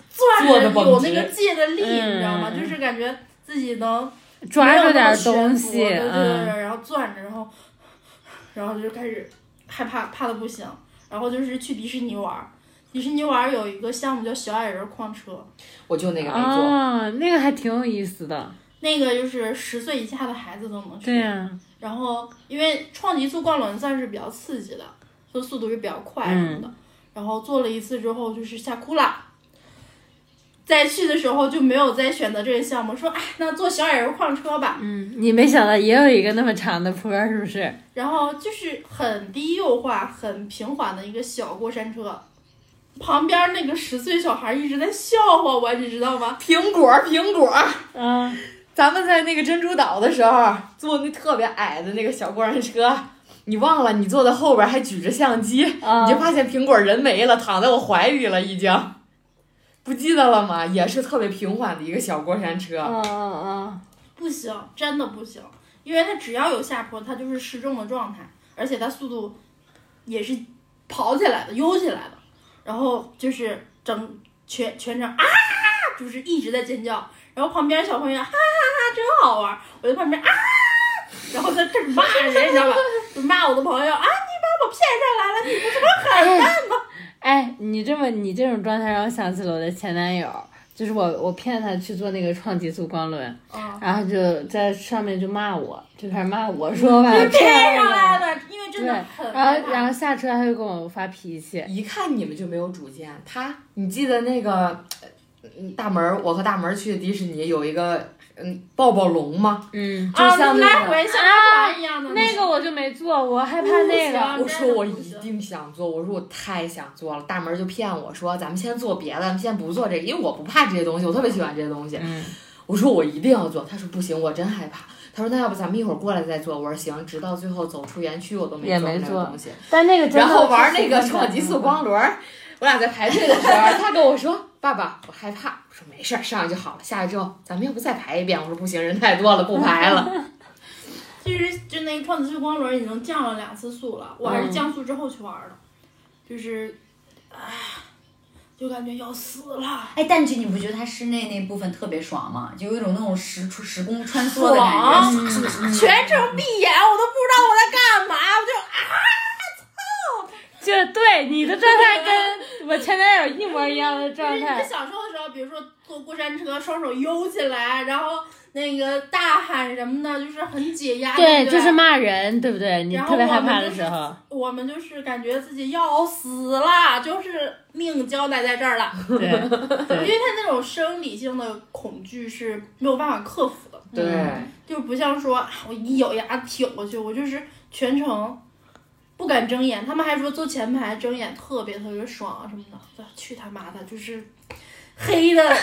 攥坐着得绷有直那个借的力，嗯你知道吗？就是感觉自己能抓没有住那点么儿悬东浮西，对对对，嗯，然后攥着，然后然后就开始害怕，怕的不行。然后就是去迪士尼玩儿，迪士尼玩儿有一个项目叫小矮人矿车，我就那个没坐。哦，那个还挺有意思的，那个就是十岁以下的孩子都能去。对啊呀、然后因为创极速逛轮算是比较刺激的，就速度也比较快什么的。然后做了一次之后就是吓哭了。再去的时候就没有再选择这个项目，说哎，那坐小矮人矿车吧。嗯，你没想到也有一个那么长的坡儿，是不是？然后就是很低幼化、很平缓的一个小过山车，旁边那个十岁小孩一直在笑话我，你知道吗？苹果，苹果。嗯，咱们在那个珍珠岛的时候坐那特别矮的那个小过山车，你忘了你坐在后边还举着相机，啊你就发现苹果人没了，躺在我怀里了已经。不记得了吗？也是特别平缓的一个小过山车，嗯嗯不行，真的不行，因为它只要有下坡，它就是失重的状态，而且它速度也是跑起来的、悠起来的，然后就是整全全程啊，就是一直在尖叫，然后旁边小朋友哈哈哈真好玩，我在旁边啊，然后在这儿骂人，你知道吧？就骂我的朋友啊，你把我骗下来了，你嗯，哎，你这么你这种状态让我想起了我的前男友，就是我我骗他去做那个创极速光轮，啊，然后就在上面就骂我，就开始骂我说把我就骗骗上了。来了，因为真对，的很然害后然怕。后下车他就跟我发脾气，一看你们就没有主见。他，你记得那个呃大门儿，我和大门儿去迪士尼有一个嗯抱抱龙吗？嗯，就啊，像那那来个，回像拉船一样的啊那个我就没做，我害怕啊那个，我说我一定想做，我说我太想做了。大门儿就骗我说咱们先做别的，咱们先不做这个，因为我不怕这些东西，我特别喜欢这些东西。嗯，我说我一定要做，他说不行，我真害怕。他说那要不咱们一会儿过来再做。我说行，直到最后走出园区我都没也做没那做个东西。但那个真的然后玩是那个挺超级速光轮儿，我俩在排队的时候，他跟我说：“爸爸，我害怕。”我说：“没事儿，上来就好了。下来之后，咱们要不再排一遍？”我说：“不行，人太多了，不排 了。其实就那个创子之光轮已经降了两次速了，我还是降速之后去玩的，就是，唉，就感觉要死了。 哎，但是你不觉得它室内那部分特别爽吗？就有一种那种时时空穿梭的感爽嗯觉。全程闭眼，我都不知道我在干嘛，我就啊，就对你的状态跟我前男友一模一样的就是状你在态，享受的时候，比如说坐过山车，双手悠起来，然后那个大喊什么的，就是很解压。对对，不对，就是骂人，对不对？你然后特别害我们怕就的是时候，我们就是感觉自己要死了，就是命交代在这儿了。 对，因为他那种生理性的恐惧是没有办法克服的，”对，就不像说啊我一咬牙挺过去，我就是全程不敢睁眼。他们还说坐前排睁眼特别特别爽啊什么的，我去他妈的，就是黑的，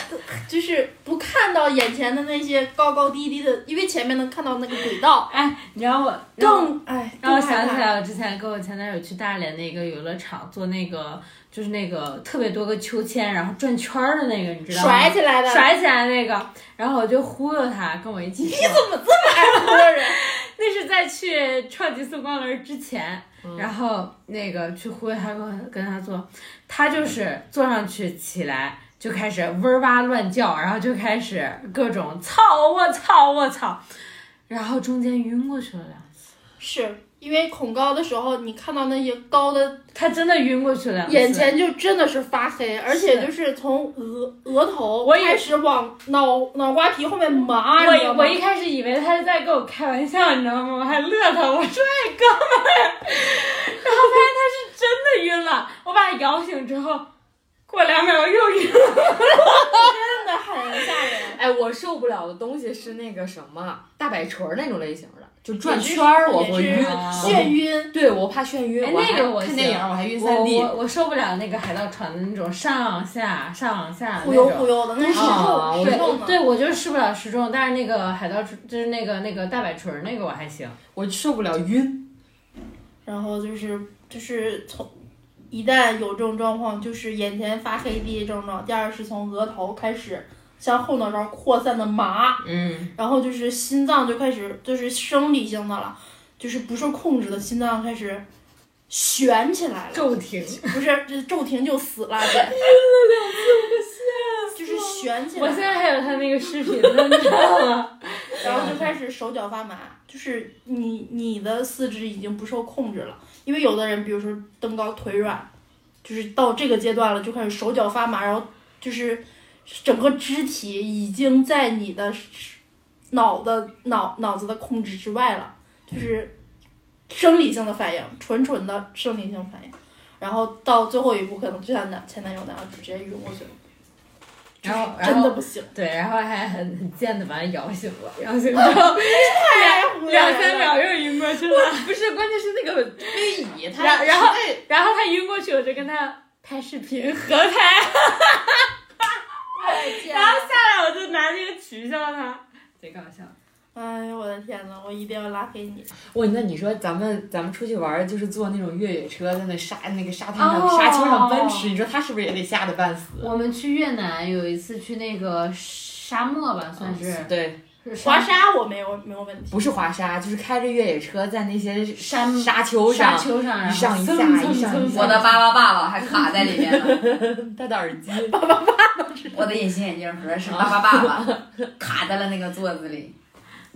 就是不看到眼前的那些高高低低的，因为前面能看到那个轨道，哎，你让我让我更哎，让我更害哦想起怕来，我之前跟我前男友去大连的一个游乐场做那个，就是那个特别多个秋千，然后转圈儿的那个，你知道吗？甩起来的，甩起来那个，然后我就忽悠他跟我一起做。怎么这么爱忽悠人？ 那是在去超级速光轮之前，嗯然后那个去忽悠他跟我跟他做，他就是坐上去起来就开始嗡儿哇乱叫，然后就开始各种操我操我操，然后中间晕过去了两次，是因为恐高的时候，你看到那些高的他真的晕过去了两次。眼前就真的是发黑，而且就是从额额头我以开始往脑脑瓜皮后面麻，你知道我吗我一开始以为他是在跟我开玩笑，你知道吗？我还乐他，我说哎哥们儿， 然后发现他是真的晕了，我把他摇醒之后，过两秒又晕了。真的很吓人。哎，我受不了的东西是那个什么大摆锤儿那种类型的，就 转也是圈儿，我会也晕是，啊我眩晕，对我怕眩晕。哎我还那个我看电影，我还晕我三 D 我我受不了那个海盗船的那种上下上下忽那悠忽种。悠的，那是啊肉我是对肉呢。对，我就是吃不了时钟，但是那个海盗就是那个那个大摆锤儿那个我还行。我受不了晕。然后就是就是从一旦有这种状况，就是眼前发黑第一症状，第二是从额头开始向后脑勺扩散的麻，嗯，然后就是心脏就开始就是生理性的了，就是不受控制的心脏开始悬起来了，骤 停，不是，这骤停就死了， 对，就是悬起来我了，现在还有他那个视频呢，你知道吗？然后就开始手脚发麻，就是你你的四肢已经不受控制了，因为有的人比如说登高腿软，就是到这个阶段了就开始手脚发麻，然后就是整个肢体已经在你的脑的脑脑子的控制之外了，就是生理性的反应，纯纯的生理性反应，然后到最后一步可能就像男前男友那样直接晕过去了，然后，然真的后不行，对，然后还很很贱的把他摇醒了，摇醒之后太胡两乱三了。秒又晕过去了，不是，关键是那个飞椅，它然然后实在然后他晕过去，我就跟他拍视频合拍，再见然后下来我就拿那个取笑他，贼搞笑。哎呦我的天呐，我一定要拉黑你！我那你说咱们咱们出去玩儿，就是坐那种越野车，在那沙那个沙滩上、哦沙丘上奔驰，你说他是不是也得吓得半死？我们去越南有一次去那个沙漠吧，算是对，是滑沙沙我没有没有问题，不是滑沙，就是开着越野车在那些山沙丘嗯沙上，丘上，然一后上一下，蹭蹭一上一蹭下。我的巴巴爸爸还卡在里面了，他的耳机，我的隐形眼镜盒是巴巴爸爸卡在了那个座子里。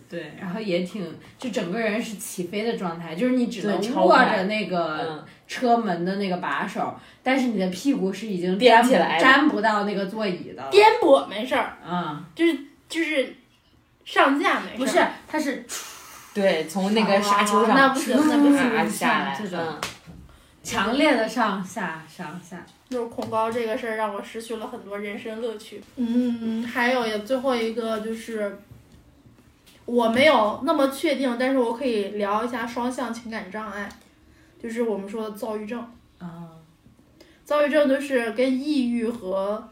对，然后也挺，就整个人是起飞的状态，就是你只能对超握快着那个嗯，车门的那个把手，但是你的屁股是已经颠粘起来的粘不到那个座椅的了。颠簸没事儿，啊、就是上架没事儿。不是，它是对，从那哦个沙丘那上不行，那不行，唰下来，这种嗯，强烈的上下上下。就是恐高这个事儿让我失去了很多人生乐趣。嗯，还有也最后一个就是，我没有那么确定，但是我可以聊一下双向情感障碍，就是我们说的躁郁症。啊、躁郁症就是跟抑郁和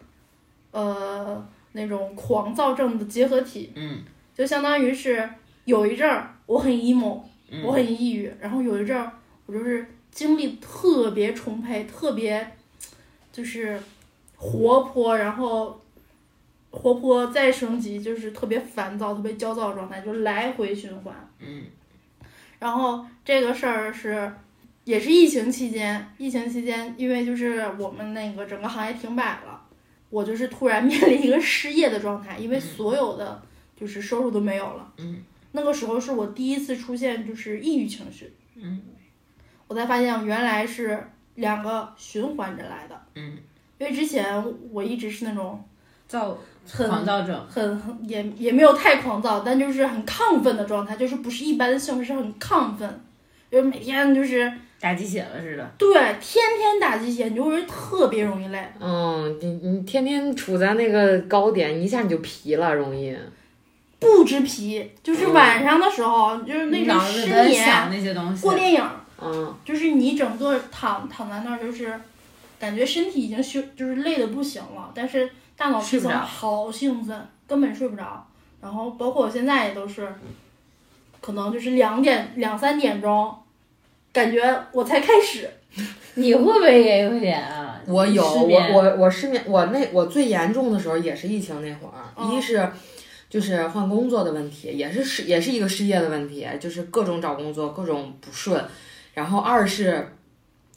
呃那种狂躁症的结合体，嗯，就相当于是有一阵儿我很 emo，嗯我很抑郁，然后有一阵儿我就是精力特别充沛，特别就是活泼，然后活泼再升级就是特别烦躁、特别焦躁的状态，就来回循环。嗯然后这个事儿是也是疫情期间，疫情期间因为就是我们那个整个行业停摆了，我就是突然 面临一个失业的状态，因为嗯所有的就是收入都没有了。嗯，那个时候是我第一次出现就是抑郁情绪，嗯我才发现哦原来是两个循环着来的。嗯，因为之前我一直是那种躁很狂躁症，很很也也没有太狂躁，但就是很亢奋的状态，就是不是一般的兴奋，是很亢奋，就是每天就是打鸡血了似的。对天天打鸡血，你就会特别容易累。嗯，你你天天处在那个高点，一下你就疲了，容易。不知疲，就是晚上的时候，就是那种嗯脑子失在想眠、那些东西。过电影，嗯就是你整个躺躺在那儿，就是感觉身体已经休，就是累的不行了，但是大脑皮睡不层着好兴奋，根本睡不着。然后包括我现在也都是，可能就是两点两三点钟，感觉我才开始，你会不会也有点啊？我有，失我眠我我失眠，我那我最严重的时候也是疫情那会儿，哦一是就是换工作的问题，也是失也是一个失业的问题，就是各种找工作各种不顺，然后二是。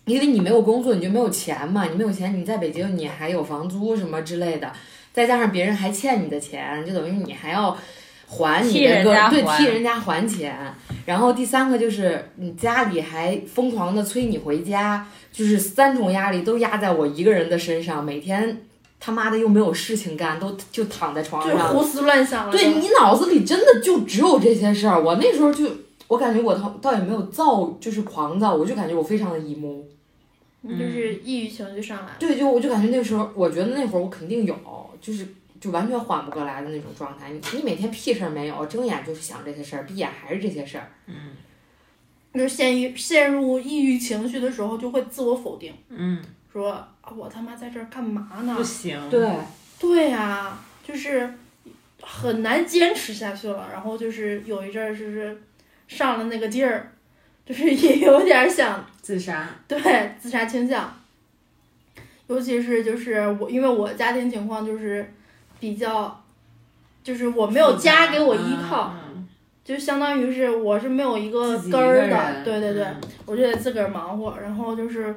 因为你没有工作，你就没有钱嘛，你没有钱，你在北京你还有房租什么之类的，再加上别人还欠你的钱，就等于你还要还替你的人各家对还替人家还钱。然后第三个就是你家里还疯狂的催你回家，就是三种压力都压在我一个人的身上，每天他妈的又没有事情干，都就躺在床就是上。胡思乱想了。对你脑子里真的就只有这些事儿。我那时候就，我感觉我倒倒也没有躁，就是狂躁，我就感觉我非常的 emo。你嗯嗯就是抑郁情绪上来了。对，就我就感觉那时候，我觉得那会儿我肯定有，就是就完全缓不过来的那种状态。你你每天屁事儿没有，睁眼就是想这些事儿，闭眼还是这些事儿。嗯就是陷于陷入抑郁情绪的时候，就会自我否定，嗯，说啊我他妈在这儿干嘛呢不？行。对，对呀、就是很难坚持下去了。然后就是有一阵儿就是上了那个劲儿，就是也有点儿想自杀。对自杀倾向。尤其是就是我，因为我家庭情况就是比较，就是我没有家给我依靠，嗯，就相当于是我是没有一个自己一根个儿的，人对对对，嗯我就得自个儿忙活，然后就是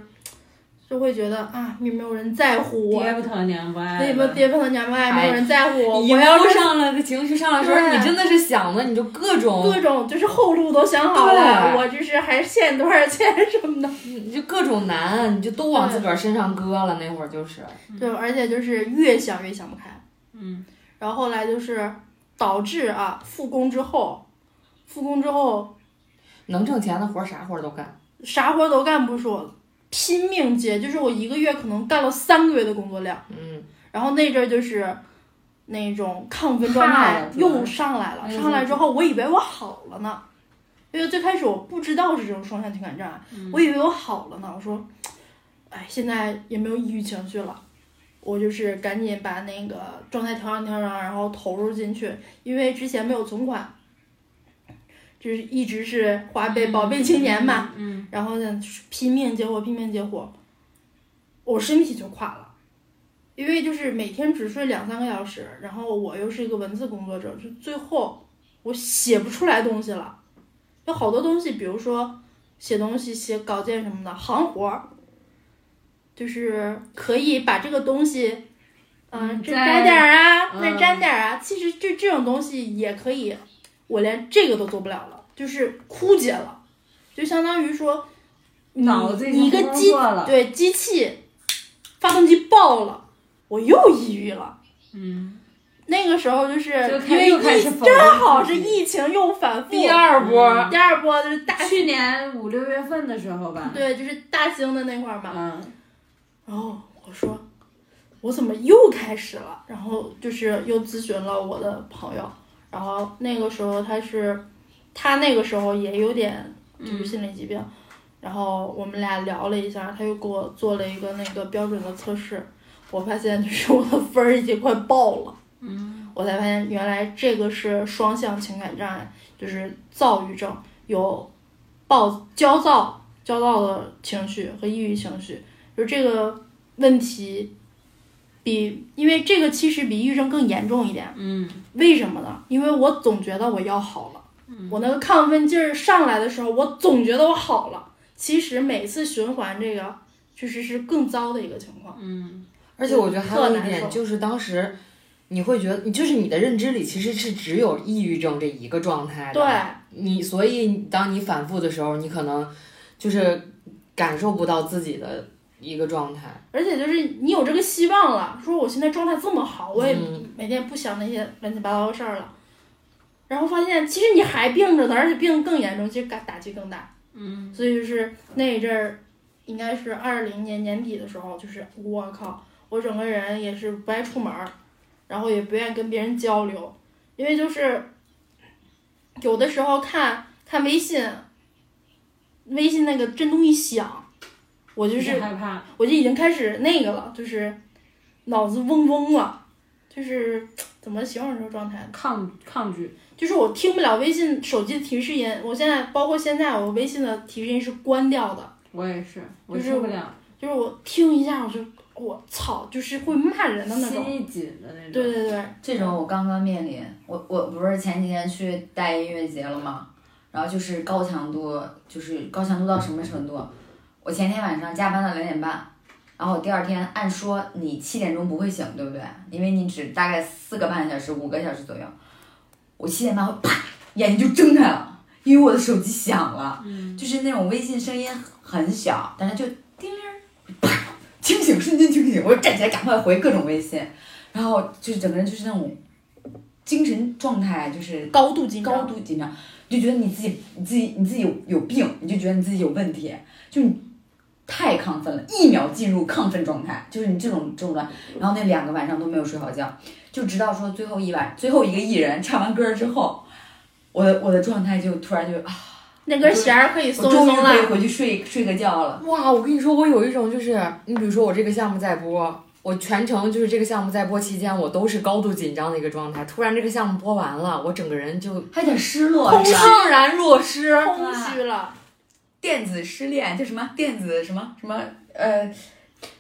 就会觉得啊，也没有人在乎我，爹不疼娘不爱那的，有没有爹碰到娘们爱，没有人在乎我，你我要忧是上了，这情绪上来的时候，对你真的是想的，你就各种各种就是后路都想好了，对我就是还欠多少钱什么的，你就各种难，你就都往自个儿身上搁了。那会儿就是，对，而且就是越想越想不开。嗯，然后后来就是导致啊复工之后，复工之后能挣钱的活儿啥活儿都干。啥活儿都干不说，拼命接，就是我一个月可能干了三个月的工作量，嗯，然后那阵儿就是那种亢奋状怕态了主要又上来了，哎呦上来之后我以为我好了呢，因为最开始我不知道是这种双向情感障碍，嗯我以为我好了呢，我说，哎，现在也没有抑郁情绪了。我就是赶紧把那个状态调整调整，然后投入进去，因为之前没有存款，就是一直是花呗、保贝青年嘛，，嗯，然后呢拼命接活，拼命接活，我身体就垮了，因为就是每天只睡两三个小时，然后我又是一个文字工作者，就最后我写不出来东西了，有好多东西，比如说写东西、写稿件什么的，行活儿，就是可以把这个东西。嗯，嗯这在沾点儿啊，嗯那沾点儿啊，其实这这种东西也可以，我连这个都做不了了，就是枯竭了。就相当于说，你脑子已经你一个不工机作了对机器发动机爆了，我又抑郁了。嗯，那个时候就是就因开为又开疫始正否认自好是己疫情又反复，第二波，第二波就是大去年五六月份的时候吧，嗯对啊就是大兴的那块儿嘛，嗯，然后我说，我怎么又开始了？然后就是又咨询了我的朋友，然后那个时候他是，他那个时候也有点就是心理疾病，然后我们俩聊了一下，他又给我做了一个那个标准的测试，我发现就是我的分儿已经快爆了，嗯，我才发现原来这个是双向情感障碍，就是躁郁症，有暴焦躁焦躁的情绪和抑郁情绪。就这个问题比，因为这个其实比抑郁症更严重一点。嗯，为什么呢？因为我总觉得我要好了，我那个亢奋劲儿上来的时候，我总觉得我好了。其实每次循环这个，确实是更糟的一个情况。嗯，而且我觉得还有一特难受点就是当时。你会觉得，你就是你的认知里其实是只有抑郁症这一个状态的，对，你所以当你反复的时候，你可能就是感受不到自己的一个状态。而且就是你有这个希望了，说我现在状态这么好，我也嗯每天不想那些乱七八糟的事儿了。然后发现其实你还病着呢，而且病更严重，其实打打击更大。嗯，所以就是那一阵儿，应该是二零年年底的时候，就是我靠，我整个人也是不爱出门儿，然后也不愿意跟别人交流，因为就是有的时候看看微信，微信那个震动一响，我就是害怕，我就已经开始那个了，就是脑子嗡嗡了，就是怎么形容这个状态呢？抗抗拒，就是我听不了微信手机的提示音，我现在包括现在我微信的提示音是关掉的，我也是，我就是受不了，就是我听一下我就我操，就是会骂人的那心种。一紧的那种，对对对，这种我刚刚面临，我我不是前几天去带音乐节了吗？然后就是高强度，就是高强度到什么程度？我前天晚上加班到两点半，然后我第二天按说你七点钟不会醒，对不对？因为你只大概四个半小时、五个小时左右。我七点半会啪眼睛就睁开了，因为我的手机响了，就是那种微信声音很小，但是就叮铃儿，啪清醒，瞬间清醒，我就站起来赶快回各种微信。然后就是整个人就是那种精神状态就是高度紧张。高度紧张，你就觉得你自己你自己你自己有有病，你就觉得你自己有问题，就你太亢奋了，一秒进入亢奋状态，就是你这种这种状态。然后那两个晚上都没有睡好觉，就直到说最后一晚最后一个艺人唱完歌之后，我的我的状态就突然就啊，那根弦儿可以我哎松一终于松可以了。回去睡睡个觉了。哇，我跟你说，我有一种就是，你比如说我这个项目在播，我全程就是这个项目在播期间，我都是高度紧张的一个状态。突然这个项目播完了，我整个人就还有点失落，怦是吧怅然若失。空虚了，电子失恋，就什么电子什么什么呃，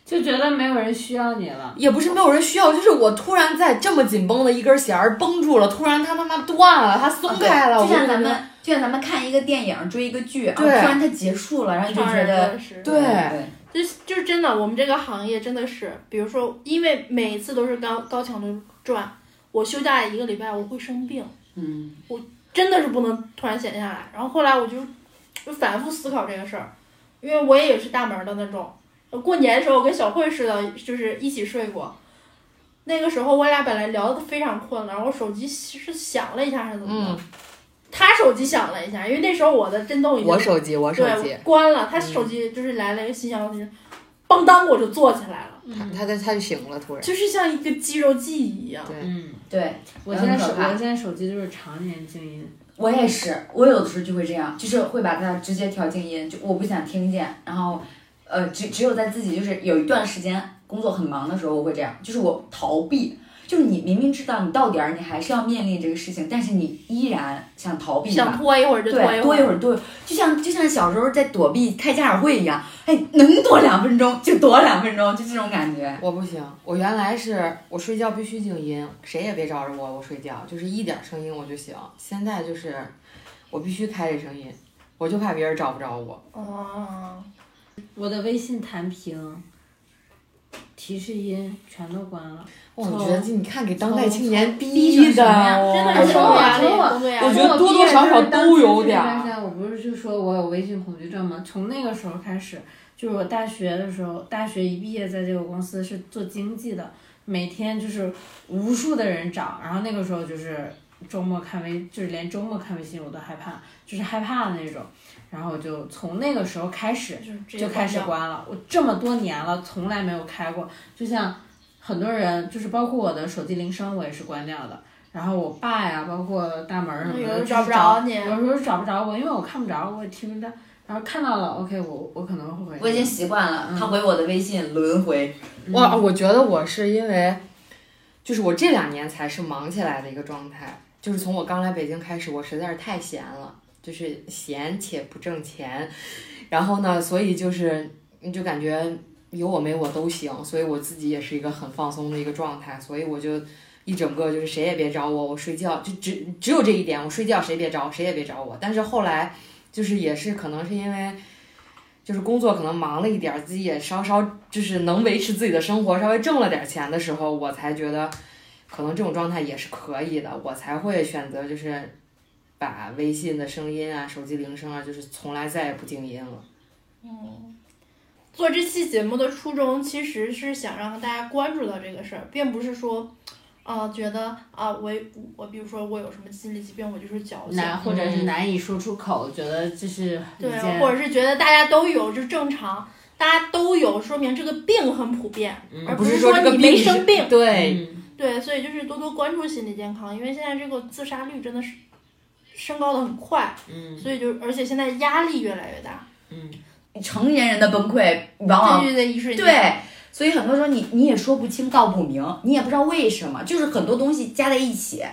就觉得没有人需要你了。也不是没有人需要，就是我突然在这么紧绷的一根弦儿绷住了，突然它他妈断了，它松开了，就我像啊就咱觉得们就像咱们看一个电影追一个剧，然后突对然它结束了，然后你就觉得是对就就是真的，我们这个行业真的是，比如说，因为每一次都是高高强度转，我休假一个礼拜我会生病，嗯，真的是不能突然闲下来。然后后来我就就反复思考这个事儿，因为我也是大门儿的那种。过年的时候，我跟小慧似的，就是一起睡过。那个时候我俩本来聊得非常困了，然后我手机是响了一下还是怎么嗯着？，他手机响了一下，因为那时候我的震动已经我手机我手对机，关了，他手机就是来了一个信息，我就是邦当我就坐起来了，它它它就醒了，突然。就是像一个肌肉记忆一样。对嗯，对，我现在手很可怕我现在手机就是常年静音。我也是，我有的时候就会这样，就是会把它直接调静音，就我不想听见，然后，呃，只只有在自己就是有一段时间工作很忙的时候，我会这样，就是我逃避，就是你明明知道你到点儿你还是要面临这个事情，但是你依然想逃避想它。拖一会儿就对拖一，多一会会儿多一会儿，就像就像小时候在躲避开家长会一样，哎，能躲两分钟就躲两分钟，就这种感觉。我不行，我原来是我睡觉必须静音，谁也别招着我，我睡觉就是一点声音我就醒。现在就是我必须开着声音，我就怕别人找不着我。哦，我的微信弹屏、提示音全都关了。我觉得你看给当代青从年逼成的什么呀哦，真而的且是我工作压力，从我工作压我力觉。得多多少少都有点儿我毕业就是当时就是这样我不是就说我有微信恐惧症吗？从那个时候开始，就是我大学的时候，大学一毕业，在这个公司是做经济的，每天就是无数的人找，然后那个时候就是周末看微，就是连周末看微信我都害怕，就是害怕的那种。然后我就从那个时候开始，就是直接就开始关关了。我这么多年了，从来没有开过。就像很多人，就是包括我的手机铃声，我也是关掉的。然后我爸呀，包括大门儿什么有的，时候就是找不着你有时候找不着我，因为我看不着，我听不到。然后看到了，OK，我我可能会回。我已经习惯了，他回我的微信轮回，我嗯我觉得我是因为，就是我这两年才是忙起来的一个状态，就是从我刚来北京开始，我实在是太闲了，就是闲且不挣钱，然后呢，所以就是你就感觉有我没我都行，所以我自己也是一个很放松的一个状态，所以我就。一整个就是谁也别找我，我睡觉就只只有这一点，我睡觉谁别找谁也别找我。但是后来就是也是可能是因为，就是工作可能忙了一点儿，自己也稍稍就是能维持自己的生活，稍微挣了点钱的时候，我才觉得可能这种状态也是可以的，我才会选择就是把微信的声音啊、手机铃声啊，就是从来再也不静音了。嗯做这期节目的初衷其实是想让大家关注到这个事儿，并不是说，啊、觉得啊，我我比如说我有什么心理疾病，我就是矫情，难，或者是难以说出口，觉得这是一对，件或者是觉得大家都有，就正常，大家都有，说明这个病很普遍，嗯而不是说这个你没是生病。对，嗯对，所以就是多多关注心理健康，因为现在这个自杀率真的是升高的很快，嗯所以就而且现在压力越来越大，嗯，成年人的崩溃往往哦这就在一瞬间。对，所以很多时候你你也说不清道不明，你也不知道为什么，就是很多东西加在一起，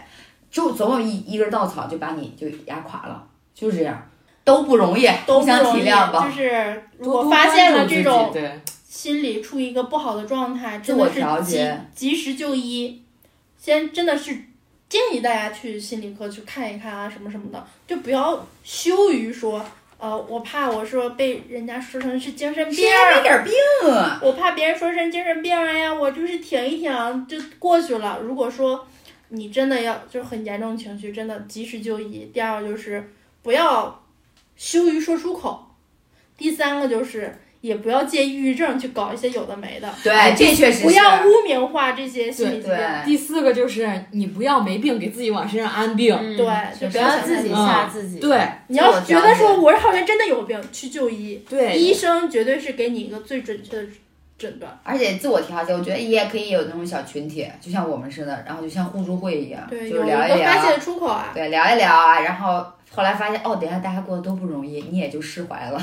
就总有一一根稻草就把你就压垮了，就是这样，都不容易，都互不相容体易谅吧就。是如多果多发现关了注这自己种对，心理处于一个不好的状态，自真我的是调及节及时就医。先真的是建议大家去心理科去看一看啊，什么什么的，就不要羞于说，呃，我怕我说被人家说成是精神谁病还儿没，点病啊？我怕别人说成精神病儿哎呀，我就是挺一挺就过去了。如果说你真的要就是很严重情绪，真的及时就医。第二个就是不要羞于说出口，第三个就是也不要借抑郁症去搞一些有的没的，对，这确实是不要污名化这些心理疾病。对，第四个就是你不要没病给自己往身上安病，嗯对，就确实不要想自己太嗯多吓自己。对你要自我觉调得节说我好像真的有病，去就医，对医生绝对是给你一个最准确的诊断。而且自我调节，我觉得也可以有那种小群体，就像我们似的，然后就像互助会一样，对，就有一聊一个发聊泄，的出口啊。对，聊一聊啊，然后后来发现哦，等一下大家过得都不容易，你也就释怀了。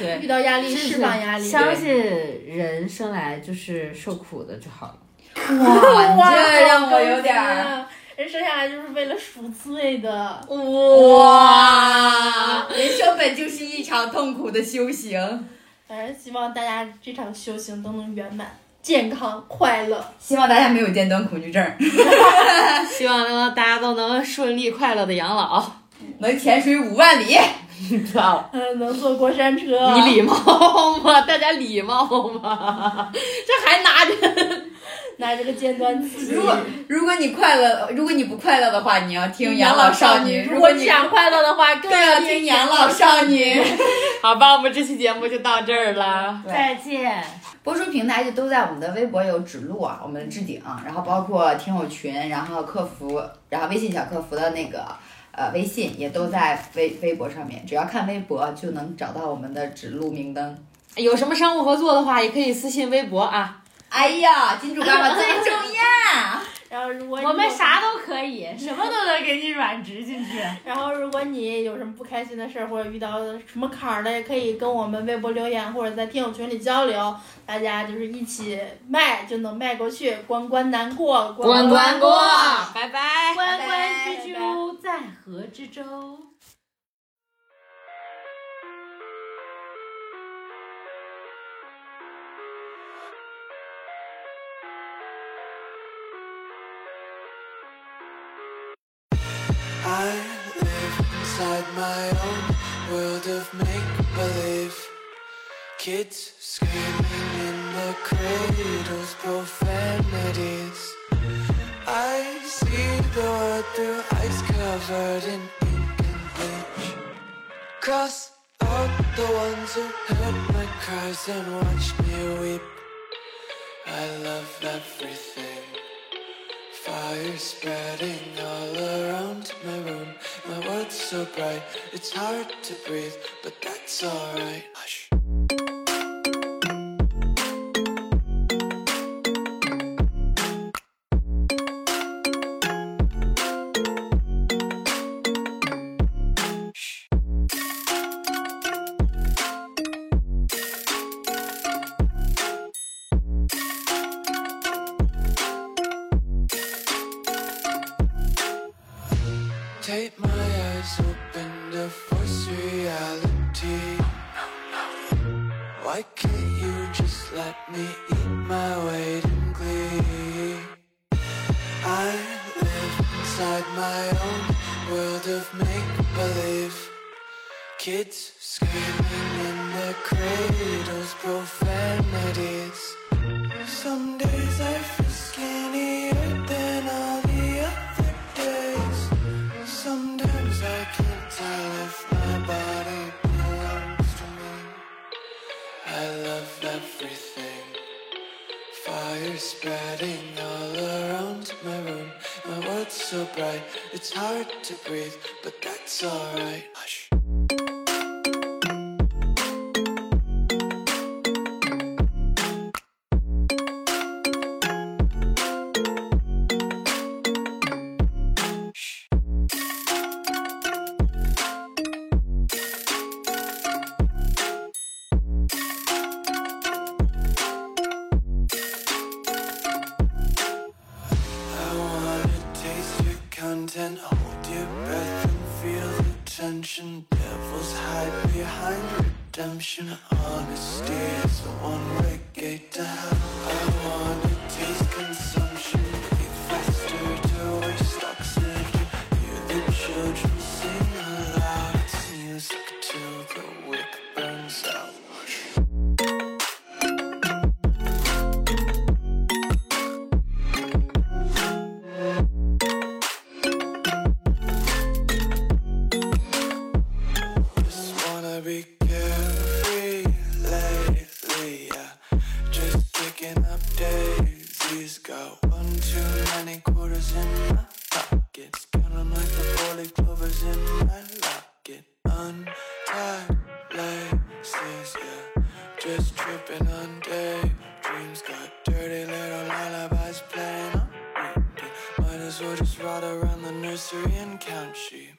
对，遇到压力，是释放压力，相信人生来就是受苦的就好了。 哇，你这让我有点好高儿兴啊人生下来就是为了赎罪的，哇，人生本就是一场痛苦的修行。反正希望大家这场修行都能圆满、健康、快乐。希望大家没有尖端恐惧症，希望呢大家都能顺利快乐的养 老。能潜水五万里。好，嗯，能坐过山车。啊你礼貌吗？ 大家礼貌吗？ 这还拿着拿这个尖端刺如果 如果你快乐，如果你不快乐的话，你要嗯听养老老少女女。如如果果你你想快乐的 话，更更要听养老少女。好吧，我们这期节目就到这儿了。再见。播出平台就都在我们的微博有指路啊，我们的置顶，然后包括听友群，然后客服，然后微信小客服的那个呃微信也都在微微博上面，只要看微博就能找到我们的指路明灯。有什么商务合作的话，也可以私信微博啊。哎呀，金主爸爸最重要。然后如果你我们啥都可以，什么都能给你软植进 去。然后，如果你有什么不开心的事儿，或者遇到什么坎儿了，也可以跟我们微博留言，或者在听友群里交流，大家就是一起迈就能迈过去，关关难过，关关过。拜拜。关拜关之拜鸠，在河之洲。 I live inside my own world of make believe. Kids screaming in the cradles, profanities. I see the world through ice covered in ink and bleach. Cross out the ones who heard my cries and watched me weep. I love everything. Fire spreading all around my room. My world's so bright, it's hard to breathe, but that's alright. Hush. Tape my eyes open to force reality. Why can't you just let me eat my weight in glee? I live inside my own world of make believe. Kids screaming in the cradles, profanities. Some days I feel skinnier than all the other days. Sometimes I can't tell if my body belongs to me. I love everything. Fire spreading all around my room. My world's so bright, it's hard to breathe, but that's alright. Hush. I wanna taste your content, hold your breath and feel the tension. Devils hide behind redemption. Honesty is a one-way gate to hell. I wanna taste consumption, breathe faster to waste oxygen. Hear the children sing aloud. It's music till the wick burns out. Just wanna be carefree lately, yeah. Just picking up daisies. Got one too many quarters in my pockets. Count 'em like the four-leaf clovers in my locket. Untied laces, yeah. Just tripping on daydreams. Got dirty little lullabies playing on repeat. Might as well just ride around the nursery and count sheep.